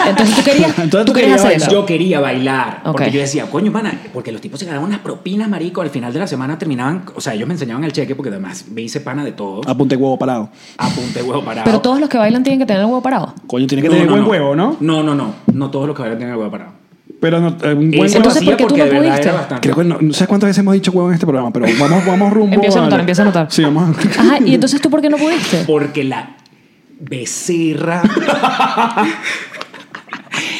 B: Entonces tú querías,
C: Entonces
B: tú
C: tú querías
B: querías hacer
C: bailar.
B: eso.
A: Pues Yo quería bailar. Porque
B: Ok.
A: yo decía, coño, pana, porque los tipos se ganaban unas propinas, marico. Al final de la semana terminaban, o sea, ellos me enseñaban el cheque porque además me hice pana de todo.
C: Apunte huevo parado.
A: Apunte huevo parado.
B: Pero todos los que bailan tienen que tener el huevo parado.
C: Coño, tiene que
A: No,
C: tener
A: no,
C: buen
A: no.
C: huevo, ¿no?
A: No, no, no. No todos los que bailan tienen el huevo parado.
C: Pero no, eh, un buen huevo.
A: Ese
B: Entonces,
A: lo
B: ¿por qué tú
A: hacía
B: no
A: porque de verdad
B: pudiste?
A: era bastante.
C: Creo que no, no sé cuántas veces hemos dicho huevo en este programa, pero vamos, vamos rumbo.
B: Empieza a
C: al-
B: notar, empieza a notar.
C: Sí, vamos. a-
B: Ajá, ¿y entonces tú por qué no pudiste?
A: Porque la becerra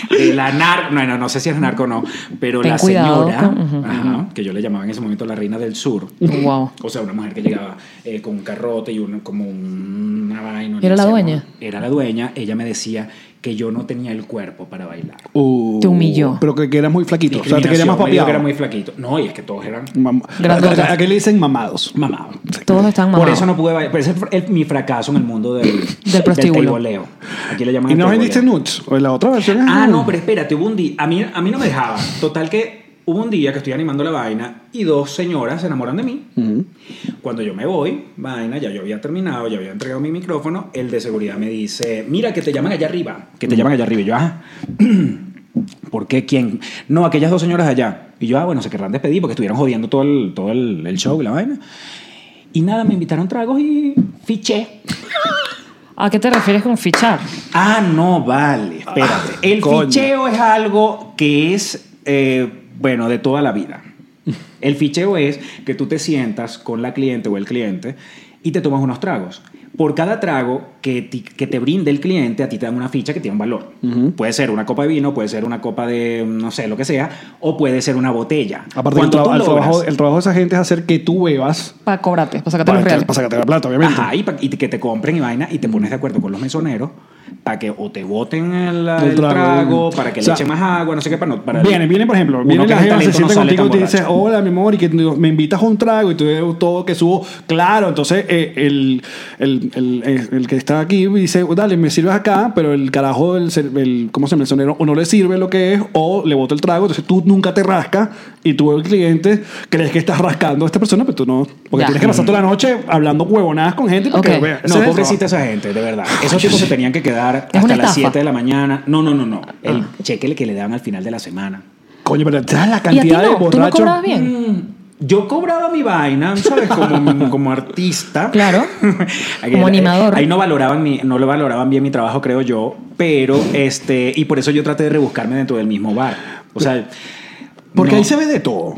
A: de la narco, no, no, no sé si es narco o no, pero
B: Ten
A: la
B: cuidado
A: señora,
B: con- ujú,
A: ajá, que yo le llamaba en ese momento la reina del sur,
B: Wow.
A: o sea, una mujer que llegaba eh, con un carrote y una, como un- una vaina.
B: ¿Era
A: no
B: la
A: sé,
B: dueña?
A: ¿no? Era la dueña, ella me decía que yo no tenía el cuerpo para bailar.
C: Uh,
B: Te humilló.
C: Pero que, que eras muy flaquito. O sea, te quería más
A: Discriminación, me dijo
C: papiado.
A: que era muy flaquito. No, y es que todos eran
C: Mam-
B: Grandote.
C: ¿A, a qué le dicen mamados?
A: mamados.
B: Todos están mamados.
A: Por eso no pude bailar. Pero ese fue el- mi fracaso en el mundo del,
B: prostíbulo.
A: teiboleo. Aquí le llaman
C: ¿Y
A: el
C: no
A: teiboleo.
C: vendiste nudes? ¿O en la otra versión? es
A: Ah,
C: nude.
A: no, pero espérate, hubo un día. A mí, a mí no me dejaban. Total que hubo un día que estoy animando la vaina y dos señoras se enamoran de mí. Cuando yo me voy, vaina, ya yo había terminado, ya había entregado mi micrófono. El de seguridad me dice: Mira, que te llaman allá arriba. Que te llaman allá arriba. Y yo, ajá. ¿Por qué? ¿Quién? No, aquellas dos señoras allá. Y yo, ah, bueno, se querrán despedir porque estuvieron jodiendo todo el, todo el, el show y la vaina. Y nada, me invitaron tragos y fiché.
B: ¿A qué te refieres con fichar?
A: Ah, no, vale. Espérate. el
C: Ah, coño.
A: ficheo es algo que es, eh, bueno, de toda la vida. El ficheo es que tú te sientas con la cliente o el cliente y te tomas unos tragos. Por cada trago que, ti- que te brinde el cliente, a ti te dan una ficha que tiene un valor. Puede ser una copa de vino, puede ser una copa de, no sé, lo que sea, o puede ser una botella.
C: Aparte, el,
A: Cuando
C: traba-
A: tú
C: el
A: logras-
C: trabajo, el trabajo de esa gente es hacer que tú bebas
B: Para cobrarte, para sacarte
C: para,
B: los reales.
C: para sacarte la plata, obviamente.
A: Ajá, y, pa- y que te compren y vaina y te pones de acuerdo con los mesoneros para que o te boten el, el
C: trago.
A: trago, para que
C: O sea,
A: le echen más agua, no sé qué, para no. Para
C: Viene, viene, por ejemplo,
A: Uno
C: viene
A: que
C: la
A: es
C: gente se
A: talento no
C: siente
A: sale
C: contigo y
A: tan
C: te dice, "Oh,
A: borracho.
C: hola, mi amor, y que tú- me invitas a un trago y tú ves todo que subo. Claro, entonces eh, el, el, el, el- el que está aquí dice, dale, me sirves acá, pero el carajo, el, ser- el- ¿cómo se llama? El sonero, o no le sirve lo que es, o le bota el trago, entonces tú nunca te rascas y tú, el cliente, crees que estás rascando a esta persona, pero tú no. Porque
B: Ya.
C: tienes que pasar toda la noche hablando huevonadas con gente. Porque,
B: Ok.
C: vea, ese es
A: No,
C: el
A: pobrecita
C: trabajo.
A: esa gente, de verdad. Esos tipos se tenían que quedar
B: Es una
A: hasta las
B: estafa.
A: 7 de la mañana. No, no, no, no. El
C: Ah.
A: cheque que le daban al final de la semana.
C: Coño, pero te das la
B: ¿Y a ti
C: cantidad de Mm.
B: no? ¿Tú no
C: borrachos.
B: cobrabas bien?
A: Mm, Yo cobraba mi vaina, ¿sabes? Como, como artista.
B: Claro.
A: Ahí
B: Como
A: era-
B: animador.
A: Ahí no valoraban, mi- no lo valoraban bien mi trabajo, creo yo. Pero, este, y por eso yo traté de rebuscarme dentro del mismo bar. O sea,
C: Porque
A: no.
C: ahí se ve de todo,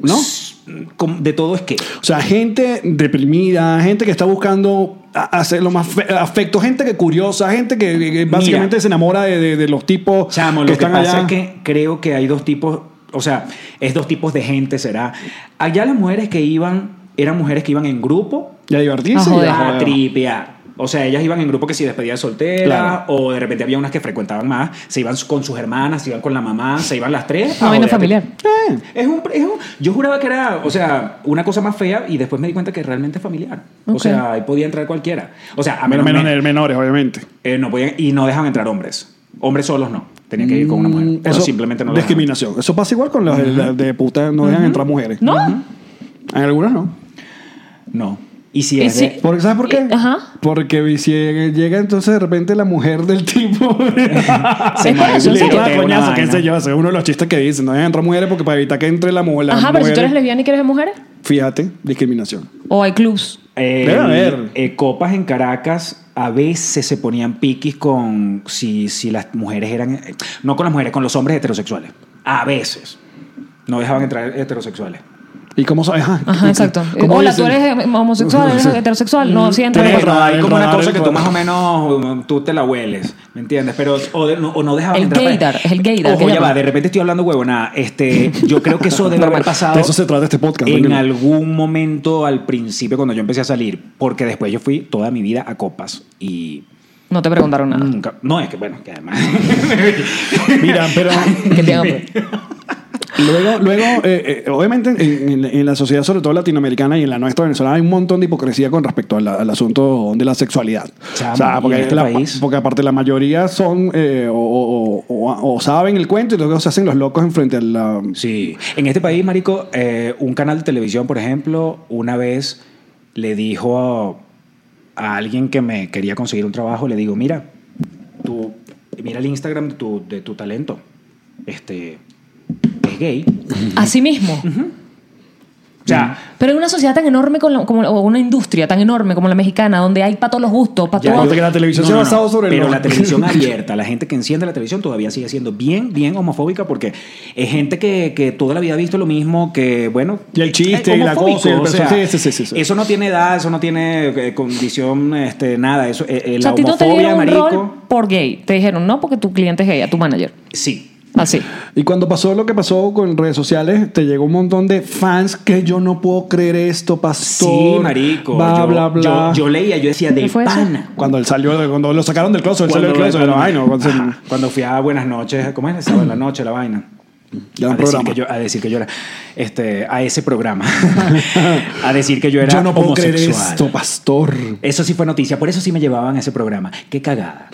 C: ¿no?
A: ¿no? Com- De todo es que.
C: O sea, gente deprimida, gente que está buscando a- hacerlo más fe- afecto, gente que curiosa, gente que, que- que básicamente
A: Mira.
C: se enamora de, de- de los tipos que
A: Chamo, lo que,
C: están
A: pasa
C: allá.
A: es que creo que hay dos tipos, o sea, es dos tipos de gente, será. Allá las mujeres que iban, eran mujeres que iban en grupo
C: Y a divertirse.
B: Ah,
C: y a
B: joder.
A: a
C: joder.
A: tripear. O sea, ellas iban en grupo que si despedía de soltera
C: Claro.
A: o de repente había unas que frecuentaban más, se iban con sus hermanas, se iban con la mamá, se iban las tres.
B: Una
A: a
B: Ah, vaina
A: joder.
B: familiar.
A: Eh, es un, es un- yo juraba que era, o sea, una cosa más fea y después me di cuenta que realmente es familiar. O
B: Ok.
A: sea, ahí podía entrar cualquiera. O sea, a menos,
C: Menos, menos menores, obviamente.
A: eh, no podían y no dejaban entrar hombres. Hombres solos no. Tenían que ir con una
B: Mm,
A: mujer. Eso simplemente no lo dejaban.
C: Mm, Discriminación. Eso pasa igual con las de- las de puta, no dejan entrar mujeres.
B: ¿No?
C: En algunas no.
A: No. Y si
B: Y
A: es
B: si-
A: de-
C: Porque, ¿Sabes por qué?
B: Eh, ajá.
C: Porque si llega entonces de repente la mujer del tipo. Ah,
A: se
B: es por
A: mueve,
B: eso,
A: le
B: ¿en serio?
A: pega una
C: coñazo, qué
A: vaina.
C: sé yo. Ese es uno de los chistes que dicen. No dejan entrar mujeres porque para evitar que entre la, mu- las
B: Ajá, pero si tú
C: mujeres-
B: eres lesbiana y quieres de mujeres.
C: Fíjate, discriminación.
B: O hay clubs.
A: Eh,
C: Debe haber.
A: eh, copas en Caracas a veces se ponían piquis con si, si las mujeres eran eh, no con las mujeres con los hombres heterosexuales a veces no dejaban entrar heterosexuales
C: ¿Y cómo sabes? Ajá,
B: Ajá, exacto.
C: ¿Cómo
B: Hola,
C: dicen?
B: tú eres homosexual, eres heterosexual. No, sí, entra.
C: Tienes
A: Pero
C: radar,
A: hay
C: el
A: como una
C: radar,
A: cosa
C: el
A: que tú
C: radar.
A: más o menos mm, tú te la hueles ¿me entiendes? pero o, de- no, o no dejaban
B: El
A: entrar
B: gaydar, es el gaydar
A: ojo
B: que
A: ya
B: llaman.
A: va de repente estoy hablando huevona este yo creo que eso debe haber pasado
C: De eso se trata este podcast,
A: en
C: tranquilo.
A: algún momento al principio cuando yo empecé a salir porque después yo fui toda mi vida a copas y
B: No te preguntaron nada.
C: Mm.
A: Nunca. No, es que bueno, que además.
C: Mira, pero.
B: Que pues. te hagan-
C: Luego, luego eh, eh, obviamente, en, en- en la sociedad, sobre todo latinoamericana y en la nuestra venezolana, hay un montón de hipocresía con respecto al, al asunto de la sexualidad.
A: Chamo,
C: o sea,
A: y
C: porque,
A: en este
C: la-
A: país.
C: porque aparte la mayoría son eh, o, o- o- o saben el cuento y luego se hacen los locos enfrente a la.
A: sí. En este país, Marico, eh, un canal de televisión, por ejemplo, una vez le dijo a, a alguien que me quería conseguir un trabajo, le digo, mira, tú, mira el Instagram de tu, de tu talento. Este. Es gay.
B: Así mismo.
A: O sea.
B: Pero en una sociedad tan enorme con la- como, o una industria tan enorme como la mexicana, donde hay para todos los gustos, para
A: ya-
B: todos.
C: Porque la televisión se ha basado sobre
A: Pero
C: lo-
A: la televisión abierta, la gente que enciende la televisión todavía sigue siendo bien, bien homofóbica porque es gente que, que toda la vida ha visto lo mismo, que bueno.
C: Y el chiste,
A: eh,
C: y la
A: homofóbico,
C: cosa, y el
A: o sea,
C: personaje, sí, sí, sí, sí.
A: Eso no tiene edad, eso no tiene eh, condición, este, nada. Eso, eh, eh,
B: O sea,
A: la
B: a ti no te
A: homofobia,
B: dieron un
A: marico.
B: rol por gay. Te dijeron, no, porque tu cliente es gay, a tu manager.
A: Sí.
B: Así.
C: Y cuando pasó lo que pasó con redes sociales, te llegó un montón de fans que yo no puedo creer esto, pastor.
A: Sí, marico.
C: Bla,
A: yo,
C: bla, bla.
A: Yo, yo leía, yo decía, de
B: ¿Qué fue eso?
A: pana.
C: Cuando él salió, de- cuando lo sacaron del closet, él salió del closet. Pero, ay, no, cuando se-
A: Ajá. Cuando fui a Buenas noches, ¿cómo es? El sábado en la noche, la vaina.
C: Ya
A: a,
C: un
A: decir
C: programa.
A: que yo, a decir que yo era este, a ese programa a decir que yo era
C: Yo no puedo creer
A: homosexual
C: esto, pastor.
A: eso sí fue noticia por eso sí me llevaban a ese programa qué cagada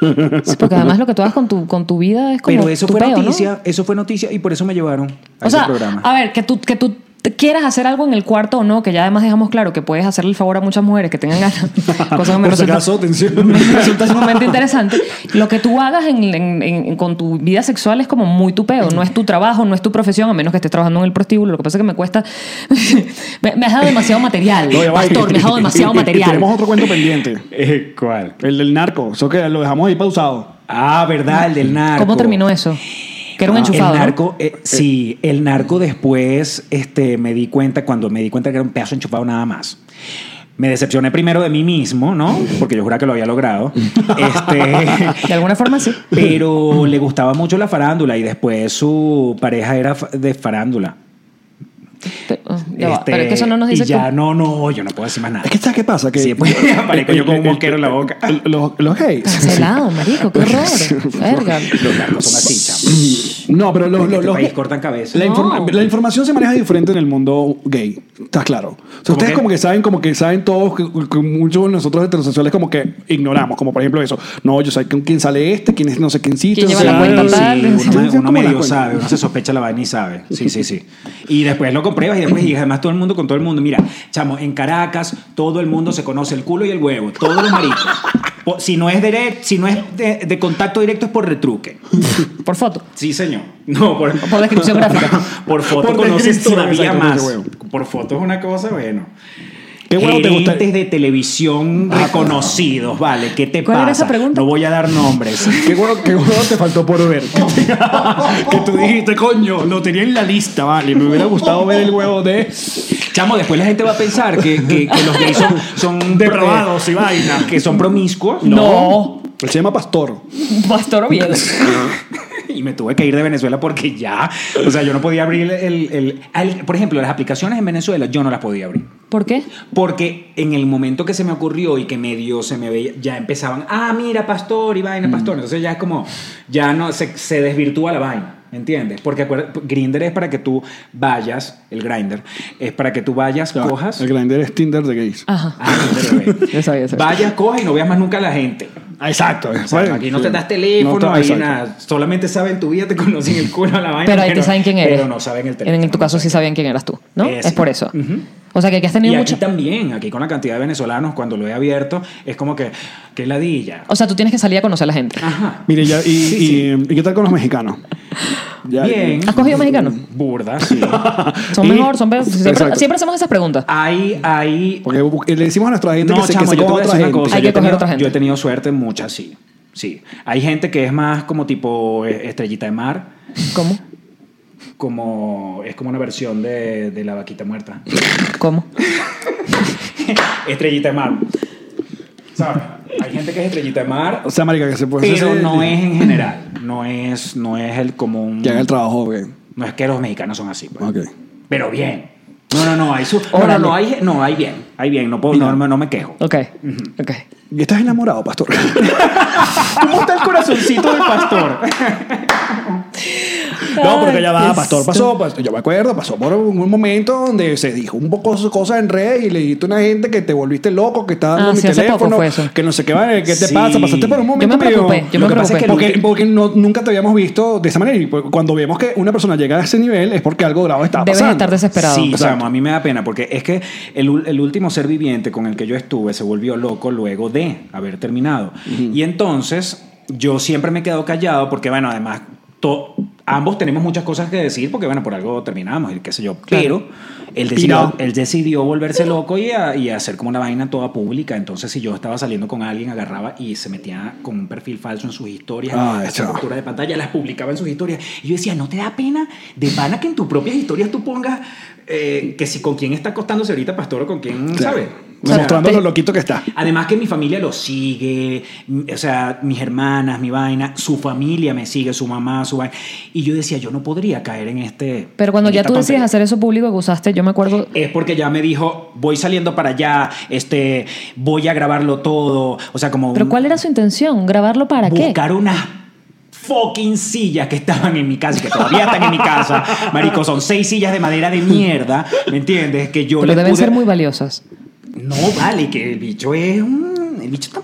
B: Sí, porque además lo que tú hagas con tu, con tu vida es como.
A: pero eso
B: tu
A: fue
B: peo, ¿no?
A: noticia eso fue noticia y por eso me llevaron a
B: O
A: ese
B: sea, ah.
A: programa
B: a ver, que tú, que tú te quieras hacer algo en el cuarto o no, que ya además dejamos claro que puedes hacerle el favor a muchas mujeres que tengan ganas. cosa que me
C: Por si
B: resulta-
C: acaso, atención.
B: me resulta sumamente interesante. Lo que tú hagas en- en- en- con tu vida sexual es como muy tu peo. No es tu trabajo, no es tu profesión, a menos que estés trabajando en el prostíbulo. Lo que pasa es que me cuesta. me, me has dado demasiado material,
C: No, ya va.
B: pastor. Me has dado demasiado
C: Y- y- y
B: material.
C: Tenemos otro cuento pendiente.
A: Eh, ¿cuál?
C: El del narco. Eso que lo dejamos ahí pausado.
A: ah verdad el del narco
B: ¿Cómo terminó eso? Que era un
A: No,
B: enchufado.
A: El
B: ¿no?
A: narco, eh, sí, el narco después este, me di cuenta, cuando me di cuenta que era un pedazo enchufado nada más. Me decepcioné primero de mí mismo, ¿no? Porque yo juraba que lo había logrado. Este,
B: De alguna forma sí.
A: pero le gustaba mucho la farándula y después su pareja era fa- de farándula.
B: Pero, oh, ya va,
A: Este,
B: pero es que eso no nos dice
A: y ya
B: que-
A: no, no, yo no puedo decir más nada.
C: Es que ¿sabes qué pasa? Que
A: Sí, pues, aparezco yo con un mosquero en la boca.
C: el- Los, los gays.
B: Cancelado, marico, qué horror. Verga.
A: Los narcos son así, chamo.
C: No, pero los,
A: En
C: los,
A: este
C: los
A: país
C: gays-
A: cortan cabezas.
C: La, informa-
B: No.
C: la información se maneja diferente en el mundo gay, ¿estás claro? O sea, ustedes
A: qué?
C: como que saben, como que saben todos, que, que muchos de nosotros heterosexuales como que ignoramos, como por ejemplo eso. No, yo sé con quién sale este, quién es no sé quién sí.
B: ¿Quién lleva
A: Sí,
B: la cuenta tal?
A: sí, uno,
C: Ustedes
A: uno
C: como la
A: medio
C: cuenta.
A: sabe, uno se sospecha la vaina y sabe. Sí, sí, sí. Y después lo compruebas y después y además todo el mundo con todo el mundo. Mira, chamo, en Caracas todo el mundo se conoce el culo y el huevo, todos los maricos. Po- Si no es, direct, si no es de, de contacto directo es por retruque.
B: Por foto.
A: Sí, señor. No, por,
B: Por descripción gráfica.
A: por foto
C: Por
A: conoces
C: descripción,
A: todavía
C: exacto,
A: más.
C: ese huevo.
A: Por foto es una cosa, bueno.
C: ¿Qué huevo te gusta? Ah,
A: Gerentes de televisión reconocidos, vale. ¿Qué te
B: ¿Cuál
A: pasa?
B: era esa pregunta?
A: No voy a dar nombres.
C: ¿Qué huevo, qué huevo te faltó por ver? que tú dijiste, coño, lo tenía en la lista, vale. Me hubiera gustado ver el huevo de
A: Chamo, después la gente va a pensar que, que- que los gays son, son eh,
C: Depravados y vainas.
A: Que son promiscuos.
B: No.
C: Él se llama Pastor.
B: Pastor Oviedo.
A: Y me tuve que ir de Venezuela porque ya. O sea, yo no podía abrir el. el- el- al- por ejemplo, las aplicaciones en Venezuela yo no las podía abrir.
B: ¿Por qué?
A: Porque en el momento que se me ocurrió y que medio se me veía, ya empezaban, ah, mira, pastor y
B: Mm.
A: vaina, pastor. Entonces ya es como, ya no, se, se desvirtúa la vaina. ¿Entiendes? Porque Grinder es para que tú vayas, el Grinder, es para que tú vayas,
B: Ah,
C: Ya,
A: cojas.
C: Ah, El Grindr es Tinder de gays.
B: Ajá.
A: Ah, Grindr, ok.
B: Ya sabía, ya sabía.
A: Vayas, cojas y no veas más nunca a la gente.
C: Exacto.
A: O sea, Ah, aquí no te das teléfono,
C: No está-
A: ahí
C: exacto.
A: nada. Solamente saben tu vida, te conocen el culo a la vaina.
B: Pero ahí te saben quién eres.
A: Pero no saben el teléfono.
B: En tu caso sí sabían quién eras tú, ¿no?
A: Eh,
B: Es
A: sí.
B: por eso.
A: Ujú.
B: O sea que aquí has tenido
A: Y aquí
B: mucho...
A: también, aquí con la cantidad de venezolanos, cuando lo he abierto, es como que, qué ladilla.
B: O sea, tú tienes que salir a conocer a la gente.
A: Ajá.
C: Mire, ya, y,
A: Sí,
C: y-
A: sí.
C: ¿y qué tal con los mexicanos? Ya-
A: Bien.
B: ¿Has cogido mexicanos?
A: Burda, sí.
B: Son
C: Y-
B: mejor, son peor. Siempre,
C: Exacto.
B: siempre hacemos esas preguntas.
A: Ah. Hay, hay...
C: Porque bu- le decimos a nuestra gente
A: No,
C: que se, que
A: chamo,
C: se
A: yo te
C: coja
A: voy a
C: otra
A: decir una
C: gente.
A: cosa.
B: Hay
A: yo
B: que
A: he
B: coger
A: tenido-
B: otra gente.
A: Yo he tenido suerte en muchas, sí. Sí. Hay gente que es más como tipo eh, estrellita de mar,
B: ¿Cómo?
A: como... Es como una versión de, de la vaquita muerta.
B: ¿Cómo?
A: Estrellita de mar. ¿Sabes? Hay gente que es estrellita de mar,
C: O sea, pues marica, que se puede
A: pero
C: hacer-
A: no es en general. No es, no es el común...
C: Que haga el trabajo, güey.
A: No es que los mexicanos son así. pues.
C: Ok.
A: Pero bien. No, no, no. Hay su... No, no,
B: Órale.
A: no. Hay, no, hay bien. Hay bien. No, puedo, no, no, no me quejo.
B: Ok. Ok.
C: ¿Y estás enamorado, pastor?
A: ¿Cómo está el corazoncito del pastor?
C: No, porque ya va,
B: Ay,
C: pastor.
B: esto-
C: Pasó, pues, yo me acuerdo, pasó por un un momento donde se dijo un poco de cosas en red y le dijiste a una gente que te volviste loco, que estaba dando
B: Ah,
C: mi
B: sí, hace poco
C: teléfono,
B: fue eso.
C: que no sé qué, vale, qué te
A: Sí.
C: pasa. Pasaste por un
A: Yo
C: momento
B: me
C: medio-
B: preocupé, yo
C: Lo
B: me
C: que pasa es que
A: preocupé.
C: porque, porque no- nunca te habíamos visto de esa manera y por- cuando vemos que una persona llega a ese nivel es porque algo grave está
B: Debes
C: pasando.
B: estar desesperado.
A: Sí,
C: Exacto.
A: Samo, a mí me da pena porque es que el, ul- el último ser viviente con el que yo estuve se volvió loco luego de haber terminado. Y entonces yo siempre me quedo callado porque, bueno, además, to- ambos tenemos muchas cosas que decir porque, bueno, por algo terminamos y qué sé yo.
B: Claro.
A: Pero él decidió,
C: Pirado.
A: él decidió volverse loco y, a- y hacer como una vaina toda pública. Entonces, si yo estaba saliendo con alguien, agarraba y se metía con un perfil falso en sus historias,
C: Ay,
A: hacía
C: Ah, chao.
A: capturas de pantalla, las publicaba en sus historias. Y yo decía, ¿no te da pena de pana que en tus propias historias tú pongas eh, que si con quién está acostándose ahorita, pastor, o con quién,
C: Claro.
A: ¿sabes? O sea,
C: Mostrando
B: te-
C: lo loquito que está.
A: Además que mi familia lo sigue, m- o sea, mis hermanas, mi vaina, su familia me sigue, su mamá, su vaina. Y yo decía, yo no podría caer en este...
B: Pero cuando
A: en
B: ya
A: esta
B: tú decides
A: tontería.
B: hacer eso público que usaste, yo me acuerdo...
A: Es porque ya me dijo, voy saliendo para allá, este, voy a grabarlo todo. O sea, como...
B: ¿Pero
A: un-
B: cuál era su intención? ¿Grabarlo para qué?
A: buscar unas fucking sillas que estaban en mi casa y que todavía están en mi casa. Marico, son seis sillas de madera de mierda, ¿me entiendes? Que yo
B: Pero
A: le
B: deben
A: pude-
B: ser muy valiosas.
A: No vale, que el bicho es un... El bicho está...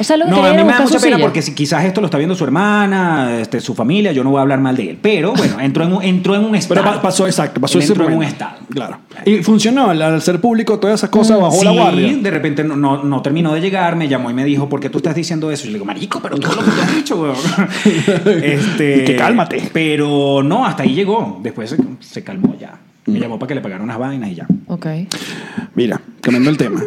B: O sea, lo que
A: No,
B: quería
A: a mí
B: era
A: me da
B: buscar
A: mucha
B: su
A: pena
B: silla.
A: porque si quizás esto lo está viendo su hermana, este, su familia, yo no voy a hablar mal de él. Pero bueno, entró en un, entró en un estado.
C: Pero pa- pasó exacto, pasó
A: Él
C: ese
A: entró en un
C: momento.
A: estado.
C: Claro. Y funcionó al, al ser público todas esas cosas bajo la
A: Sí,
C: guardia.
A: de repente no, no, no terminó de llegar, me llamó y me dijo, ¿por qué tú estás diciendo eso? Y yo le digo, marico, pero todo lo que tú has dicho, weón. este,
C: Que cálmate.
A: Pero no, hasta ahí llegó. Después se, se calmó ya. Me llamó para que le pagaran unas vainas y ya.
B: Ok.
C: Mira, cambiando el tema.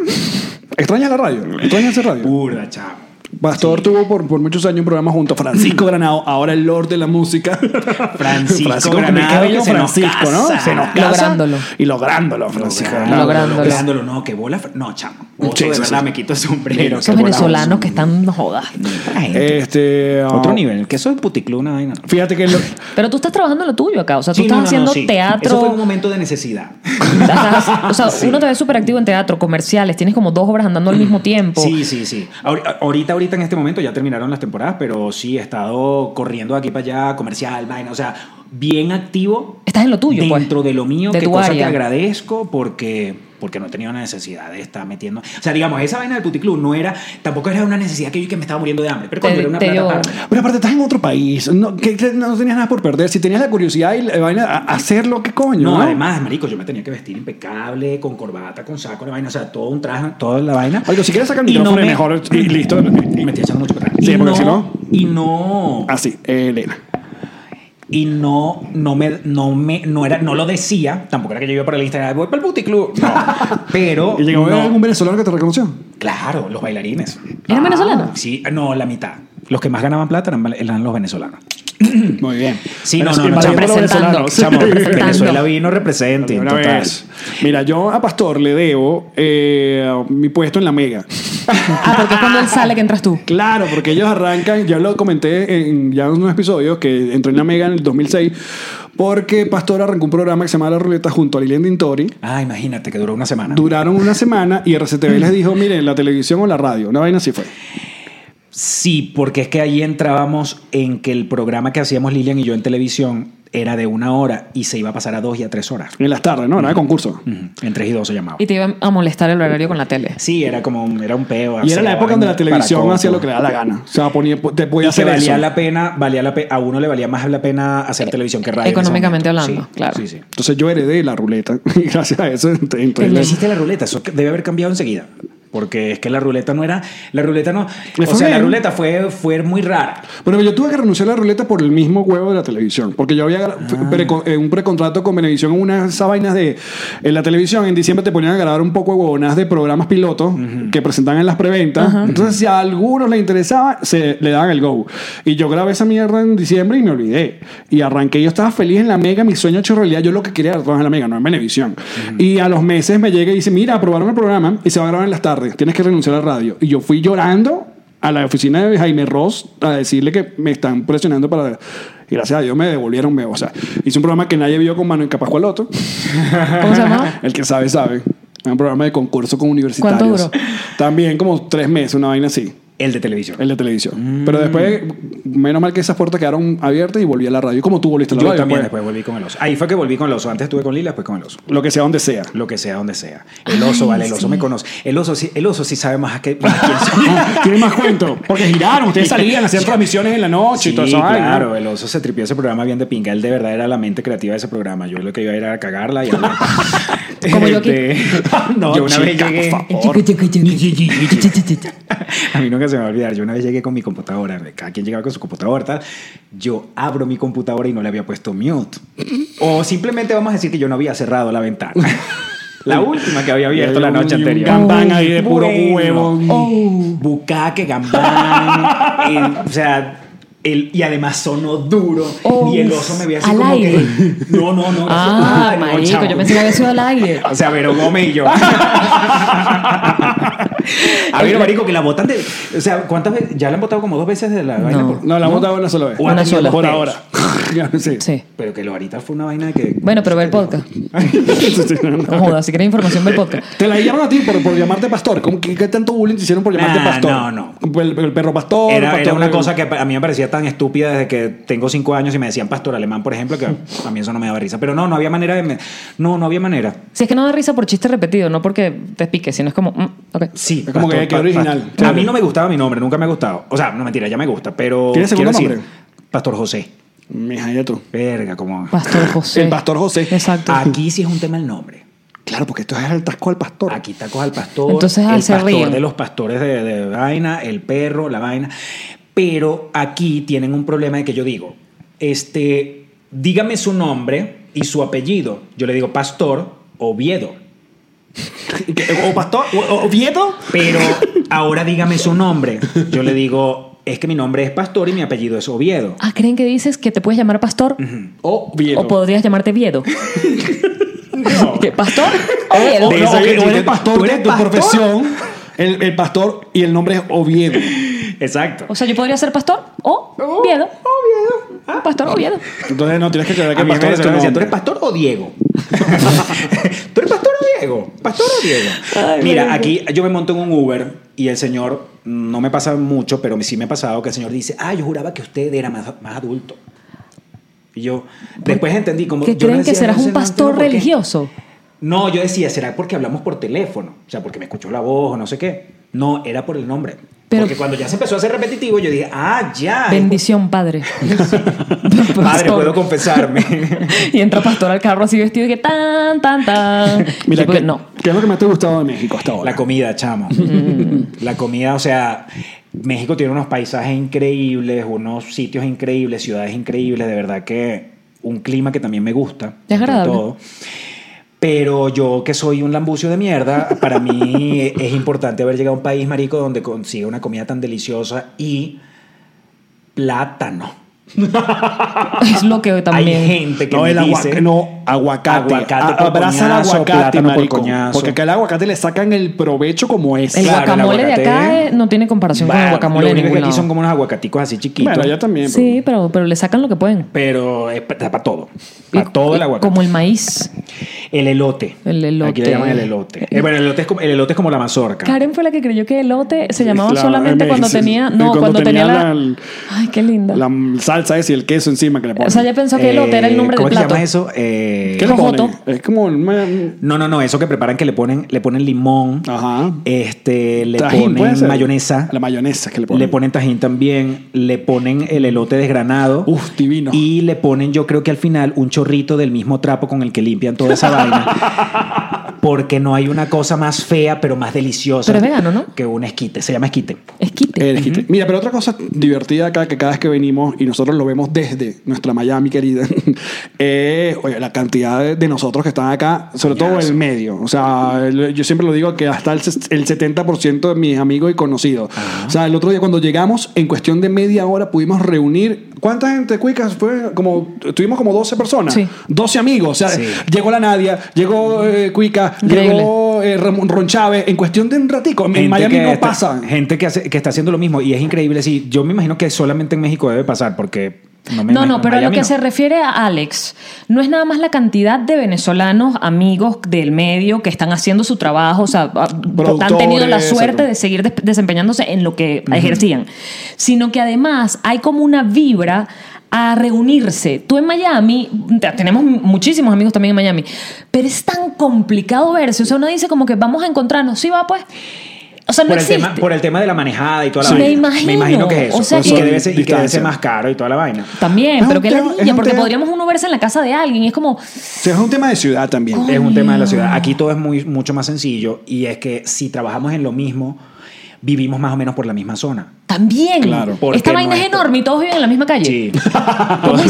C: ¿Extrañas la radio? ¿Extrañas esa radio?
A: Pura, chavo.
C: Pastor tuvo por, por muchos años un programa junto a Francisco Granado, ahora el Lord de la música.
A: Mm. Francisco Granado,
C: qué bello
A: que se nos
C: Francisco, ¿no?
A: casa.
C: Se nos casa.
B: Lográndolo.
C: Y lográndolo, Francisco.
A: Lográndolo,
B: Lográndolo.
A: lográndolo. No, que bola. fr- No, chamo. Oso,
C: Sí,
A: de
C: sí,
A: verdad,
C: sí.
A: me quito el sombrero.
B: Esos
A: Qué bola
B: venezolanos
A: oso.
B: que están no jodas.
A: Esta gente.
C: Este, ah,
A: Otro nivel, que eso es puticlú, una vaina.
C: Fíjate que lo-
B: Pero tú estás trabajando lo tuyo acá. O sea, tú
A: Sí,
B: estás
A: no, no, no,
B: haciendo
A: sí.
B: teatro.
A: Eso fue un momento de necesidad.
B: Estás- o sea, uno te ve súper activo en teatro, comerciales, tienes como dos obras andando al mismo tiempo.
A: Sí, sí, sí. Ahori- Ahorita, ahorita en este momento ya terminaron las temporadas, pero sí he estado corriendo de aquí para allá, comercial, vaina, o sea, bien activo.
B: Estás en lo tuyo, pues.
A: Dentro de lo mío,
B: De
A: que
B: tu
A: cosa
B: área.
A: que agradezco porque, porque no he tenido una necesidad de estar metiendo. O sea, digamos, esa vaina del puticlub no era, tampoco era una necesidad que yo que me estaba muriendo de hambre, pero cuando
B: Te-
A: era una
B: te
A: plata
B: dio-
A: tarde.
C: Pero aparte estás en otro país, no, que, que no tenías nada por perder. Si tenías la curiosidad y la vaina, a- hacerlo, ¿qué coño?
A: No, además, marico, yo me tenía que vestir impecable, con corbata, con saco, la vaina, o sea, todo un traje, toda la vaina.
C: Oigo, si quieres sacar el
A: Y no
C: micrófono,
A: me-
C: mejor y listo.
A: Me estoy echando mucho para atrás.
C: Sí,
A: Y
C: porque si no-
A: Y no.
C: Así, eh, Elena.
A: y no no me no me no era no lo decía tampoco era que yo iba para el Instagram voy para el Booty Club no pero
C: ¿Y llegó
A: no.
C: algún venezolano que te reconoció?
A: claro los bailarines
B: ¿Eran venezolanos?
A: Ah. sí no la mitad los que más ganaban plata eran, eran los venezolanos
C: Muy bien.
A: sí
C: Pero
A: no no, no,
C: invadiendo los
A: chamo.
B: Representando.
C: venezolanos.
A: Chamo,
B: Representando.
A: Venezuela vino represente
C: Una
A: total.
C: vez. Mira, yo a Pastor le debo eh, mi puesto en la Mega.
B: Ah, porque es cuando él sale que entras tú.
C: Claro, porque ellos arrancan, ya lo comenté en ya en unos episodios que entró en la Mega en el 2006, porque Pastor arrancó un programa que se llama La Ruleta junto a Lilian Dintori.
A: Ah, imagínate que duró una semana.
C: Duraron una semana y RCTV les dijo, miren, la televisión o la radio. Una vaina así fue.
A: Sí, porque es que ahí entrábamos en que el programa que hacíamos Lilian y yo en televisión era de una hora y se iba a pasar a dos y a tres horas.
C: En las tardes, ¿no? Era de concurso.
A: Ujú, En tres y dos se llamaba.
B: Y te iba a molestar el horario con la tele.
A: Sí, era como un, era un peo.
C: Y era la época donde la televisión hacía lo que le
A: era
C: da la gana. O sea, ponía, te
A: Y
C: podía
A: que
C: hacer
A: valía
C: eso.
A: la pena, valía la pe- a uno le valía más la pena hacer televisión que radio. en ese
B: económicamente
A: momento.
B: hablando,
A: Sí,
B: claro.
A: Sí, sí.
C: Entonces yo heredé la ruleta y gracias a eso entré- entré en
A: Pero
C: la-
A: hiciste la ruleta, eso que- debe haber cambiado enseguida. Porque es que la ruleta no era. La ruleta no.
C: Le
A: o
C: fue
A: sea, la
C: bien.
A: ruleta fue, fue muy rara.
C: Bueno, yo tuve que renunciar a la ruleta por el mismo huevo de la televisión, porque yo había preco- eh, un precontrato con Venevisión, una esas vainas de en la televisión en diciembre te ponían a grabar un poco de huevonas de programas pilotos que presentaban en las preventas. Entonces, si a algunos les interesaba, se le daban el go. Y yo grabé esa mierda en diciembre y me olvidé. Y arranqué, yo estaba feliz en la Mega, mi sueño hecho realidad, yo lo que quería era trabajar en la Mega, no en Venevisión. Y a los meses me llega y dice, "Mira, aprobaron el programa y se va a grabar en las tardes, tienes que renunciar a la radio." Y yo fui llorando a la oficina de Jaime Ross a decirle que me están presionando para... Y gracias a Dios me devolvieron. Me, o sea, hice un programa que nadie vio con Manuel Capascualoto.
B: ¿Cómo se llama?
C: El que sabe, sabe. Era Un programa de concurso con universitarios.
B: ¿Cuánto duró?
C: También como tres meses, una vaina así.
A: El de televisión.
C: El de televisión. Pero después, menos mal que esas puertas quedaron abiertas y volví a la radio. Como tú volviste a la
A: Yo
C: radio.
A: también
C: pues.
A: después volví con el oso. Ahí fue que volví con el oso. Antes estuve con Lila, después con el oso.
C: Lo que sea donde sea.
A: Lo que sea, donde sea. El oso, vale, el oso me conoce. El oso sí, el oso sí sabe más a qué. más a quién soy.
C: Tiene Ah, más cuento. Porque giraron, ustedes salían, hacían transmisiones en la noche
A: Sí,
C: y todo eso.
A: claro, el oso se tripió ese programa bien de pinga. Él de verdad era la mente creativa de ese programa. Yo lo que iba a ir a cagarla y a hablar.
B: Como yo aquí.
A: Este,
C: No,
A: yo una vez
C: chica,
A: llegué.
C: por
A: A mí nunca se me va a olvidar. Yo una vez llegué con mi computadora, cada quien llegaba con su computadora, tal. Yo abro mi computadora y no le había puesto mute. O simplemente vamos a decir que yo no había cerrado la ventana. La última que había abierto la noche
C: Y un
A: anterior.
C: gambán ahí de
A: Oh,
C: puro
A: bueno.
C: huevo.
A: Oh, bucaque, gambán. El- o sea. el- y además sonó duro
B: Oh,
A: y el oso me veía así
B: al
A: como
B: aire.
A: que no no no
B: Ah,
A: no,
B: marico,
A: chavo.
B: yo pensé que había sido al aire.
A: O sea, Vero Gómez y yo. A ver, marico, que la botan de... O sea, ¿cuántas veces? Ya la han votado como dos veces de la vaina por-
C: No, la hemos dado una sola vez.
A: O
B: Una
A: ha tenido
B: sola.
A: dos
C: Por
A: peos.
C: ahora. sí.
B: Sí.
A: Pero que lo ahorita fue una vaina de que...
B: Bueno, pero ve el podcast. No jodas, si quieres información, ve el podcast.
C: Te la dieron a ti por, por llamarte pastor. ¿Cómo que- qué, tanto bullying te hicieron por llamarte
A: Nah,
C: pastor?
A: no, no.
C: El, el perro pastor. el
A: Era,
C: pastor
A: era una
C: negro.
A: cosa que a mí me parecía tan estúpida desde que tengo cinco años y me decían pastor alemán, por ejemplo, que a mí eso no me daba risa. Pero no, no había manera de... me- No, no había manera.
B: Si es que no da risa por chiste repetido, no porque te pique, sino es como. mm, ok.
A: Sí,
C: Es como que- que original.
A: pastor. A mí no me gustaba mi nombre, nunca me ha gustado. O sea, no mentira, ya me gusta, pero...
C: ¿Tienes segundo
A: quiero
C: nombre?
A: Pastor José.
C: Mija, ya tú.
A: Verga, como...
B: Pastor José.
C: El pastor José.
B: Exacto.
A: Aquí sí es un tema el nombre.
C: Claro, porque esto es el tasco al pastor.
A: Aquí tacos al pastor.
B: Entonces, al
A: el
B: se
A: pastor
B: ríen.
A: de los pastores de, de vaina, el perro, la vaina. Pero aquí tienen un problema de que yo digo, este, dígame su nombre y su apellido. Yo le digo pastor Oviedo.
C: O pastor, o, o Vieto.
A: Pero ahora dígame su nombre. Yo le digo, es que mi nombre es pastor y mi apellido es Oviedo.
B: Ah, ¿creen que dices que te puedes llamar pastor?
C: O Vieto.
B: O podrías llamarte Viedo. ¿Qué, ¿Pastor? O Viedo.
C: O-
A: De
C: no,
A: eso
C: o
A: que
C: que- o
A: yo-
C: eres pastor
A: ¿tú
C: de
A: eres
C: tu
A: pastor?
C: profesión. El, el pastor y el nombre es Oviedo.
A: Exacto.
B: O sea, yo podría ser pastor o
A: Oh,
B: Viedo. Pastor o Viedo.
C: Entonces no tienes que creer que
A: A mí me
C: pastor es tu
A: decían, ¿tú
C: nombre.
A: eres pastor o Diego? ¿Tú eres pastor o Diego? ¿Pastor o Diego?
B: Ay,
A: Mira,
B: marico.
A: aquí yo me monto en un Uber y el señor, mm, no me pasa mucho, pero sí me ha pasado que el señor dice, ah, yo juraba que usted era más, más adulto. Y yo después entendí como...
B: ¿Que
A: yo no
B: creen que
A: decía,
B: serás
A: no sé,
B: un
A: no entiendo
B: pastor
A: por qué.
B: religioso?
A: No, yo decía, ¿será porque hablamos por teléfono? O sea, porque me escuchó la voz o no sé qué. No, era por el nombre.
B: Pero-
A: porque cuando ya se empezó a hacer repetitivo, yo dije, ah, ya.
B: Bendición, padre.
A: Padre,
B: Pastor.
A: puedo confesarme.
B: Y entra pastor al carro así vestido y que tan, tan, tan.
C: Mira,
B: Y porque
C: ¿qué,
B: no.
C: ¿qué es lo que más te ha gustado de México hasta ahora?
A: La comida, chamo. La comida, o sea, México tiene unos paisajes increíbles, unos sitios increíbles, ciudades increíbles, de verdad que un clima que también me gusta.
B: Es
A: sobre
B: agradable.
A: todo. Pero yo que soy un lambucio de mierda, para mí es importante haber llegado a un país, marico, donde consiga una comida tan deliciosa y plátano.
B: Es lo que también.
A: Hay gente que
C: No,
A: me
C: el
A: dice,
C: aguacate, no, aguacate.
A: Aguacate
C: A-
A: por
C: abraza el
A: coñazo,
C: aguacate,
A: plátano por
C: marico.
A: coñazo.
C: Porque acá el aguacate le sacan el provecho como es.
B: El
A: Claro, el
B: guacamole de acá
A: aguacate.
B: eh, no tiene comparación con el
A: "Bah,
B: guacamole
A: lo
B: de
A: único que
B: ningún
A: aquí
B: lado.
A: son como pues. unos aguacatico así chiquitos.
C: Bueno, allá también.
B: Sí, pero, pero le sacan lo que pueden.
A: Pero es para todo.
B: Y-
A: Para todo el
B: y
A: aguacate.
B: Como el maíz.
A: El elote.
B: El elote.
A: Aquí le llaman el elote. Eh, bueno, el elote, es como, el elote es como la mazorca.
B: Karen fue la que creyó que elote se llamaba
C: Claro,
B: solamente
C: eh,
B: cuando
C: sí,
B: tenía.
C: sí,
B: No,
C: cuando
B: cuando, tenía,
C: tenía
B: la,
C: la-
B: Ay, qué linda.
C: La salsa esa y el queso encima que le ponen.
B: o sea, ella pensó que elote era el nombre
A: Eh, ¿Cómo
B: del
A: es que
B: plato.
A: se llama eso? Eh,
C: ¿Qué le
B: Jojoto.
C: ponen? Es como un-
A: No, no, no. Eso que preparan que le ponen, le ponen limón.
C: Ajá.
A: Este, le
C: Ah. Tajín, ¿puede
A: ponen
C: ser?
A: mayonesa.
C: La mayonesa que le ponen.
A: Le ponen tajín también, le ponen el elote desgranado.
C: Uf, divino.
A: Y le ponen, yo creo que al final, un chorrito del mismo trapo con el que limpian toda esa vaina. Porque no hay una cosa más fea, pero más deliciosa.
B: Pero es vegano, ¿no?
A: Que un esquite. Se llama esquite.
B: Esquite.
C: El esquite. Mira, pero otra cosa divertida acá que cada vez que venimos y nosotros lo vemos desde nuestra Miami querida, es oye, la cantidad de, de nosotros que están acá, sobre todo en el medio. O sea, el- yo siempre lo digo que hasta el, ses- el 70% de mis amigos y conocidos. O sea, el otro día cuando llegamos, en cuestión de media hora pudimos reunir. ¿Cuánta gente, cuicas? Fue como, tuvimos como 12 personas,
B: Sí.
C: 12 amigos. O sea,
A: Sí.
C: llegó la Nadia, llegó eh, Cuica,
B: Increíble.
C: llegó eh, Ramón Ron Chávez. En cuestión de un ratico, en,
A: Gente
C: Miami
A: que
C: no
A: está-
C: pasa.
A: Gente que, hace- que está haciendo lo mismo y es increíble. Sí, yo me imagino que solamente en México debe pasar porque no me
B: No,
A: imagino-
B: no, pero a lo
A: Miami
B: que
A: no.
B: se refiere a Alex, no es nada más la cantidad de venezolanos, amigos del medio que están haciendo su trabajo, o sea, a- han tenido la
C: Productores,
B: suerte
C: exacto.
B: de seguir des- desempeñándose en lo que ejercían, sino que además hay como una vibra a reunirse. Tú en Miami, te- tenemos muchísimos amigos también en Miami, pero es tan complicado verse, o sea, uno dice como que vamos a encontrarnos, sí va pues. O sea, no
A: por el,
B: existe.
A: tema, por el tema de la manejada y toda la
B: Sí. Me
A: vaina.
B: imagino.
A: Me imagino que es eso.
B: O sea,
A: y,
B: que-
A: que debe ser, y que debe
C: Distancia.
A: ser más caro y toda la vaina.
B: También,
C: Es
B: pero
C: un
B: que
C: tema- es
B: ladilla,
C: un
B: porque
C: tema-
B: podríamos uno verse en la casa de alguien y es como,
C: O sea, es un tema de ciudad también.
A: Es un tema de la ciudad. Aquí todo es muy, mucho más sencillo y es que si trabajamos en lo mismo, vivimos más o menos por la misma zona.
B: También.
C: Claro.
A: Porque
B: Esta vaina es
A: nuestro-
B: enorme y todos viven en la misma calle.
A: Sí.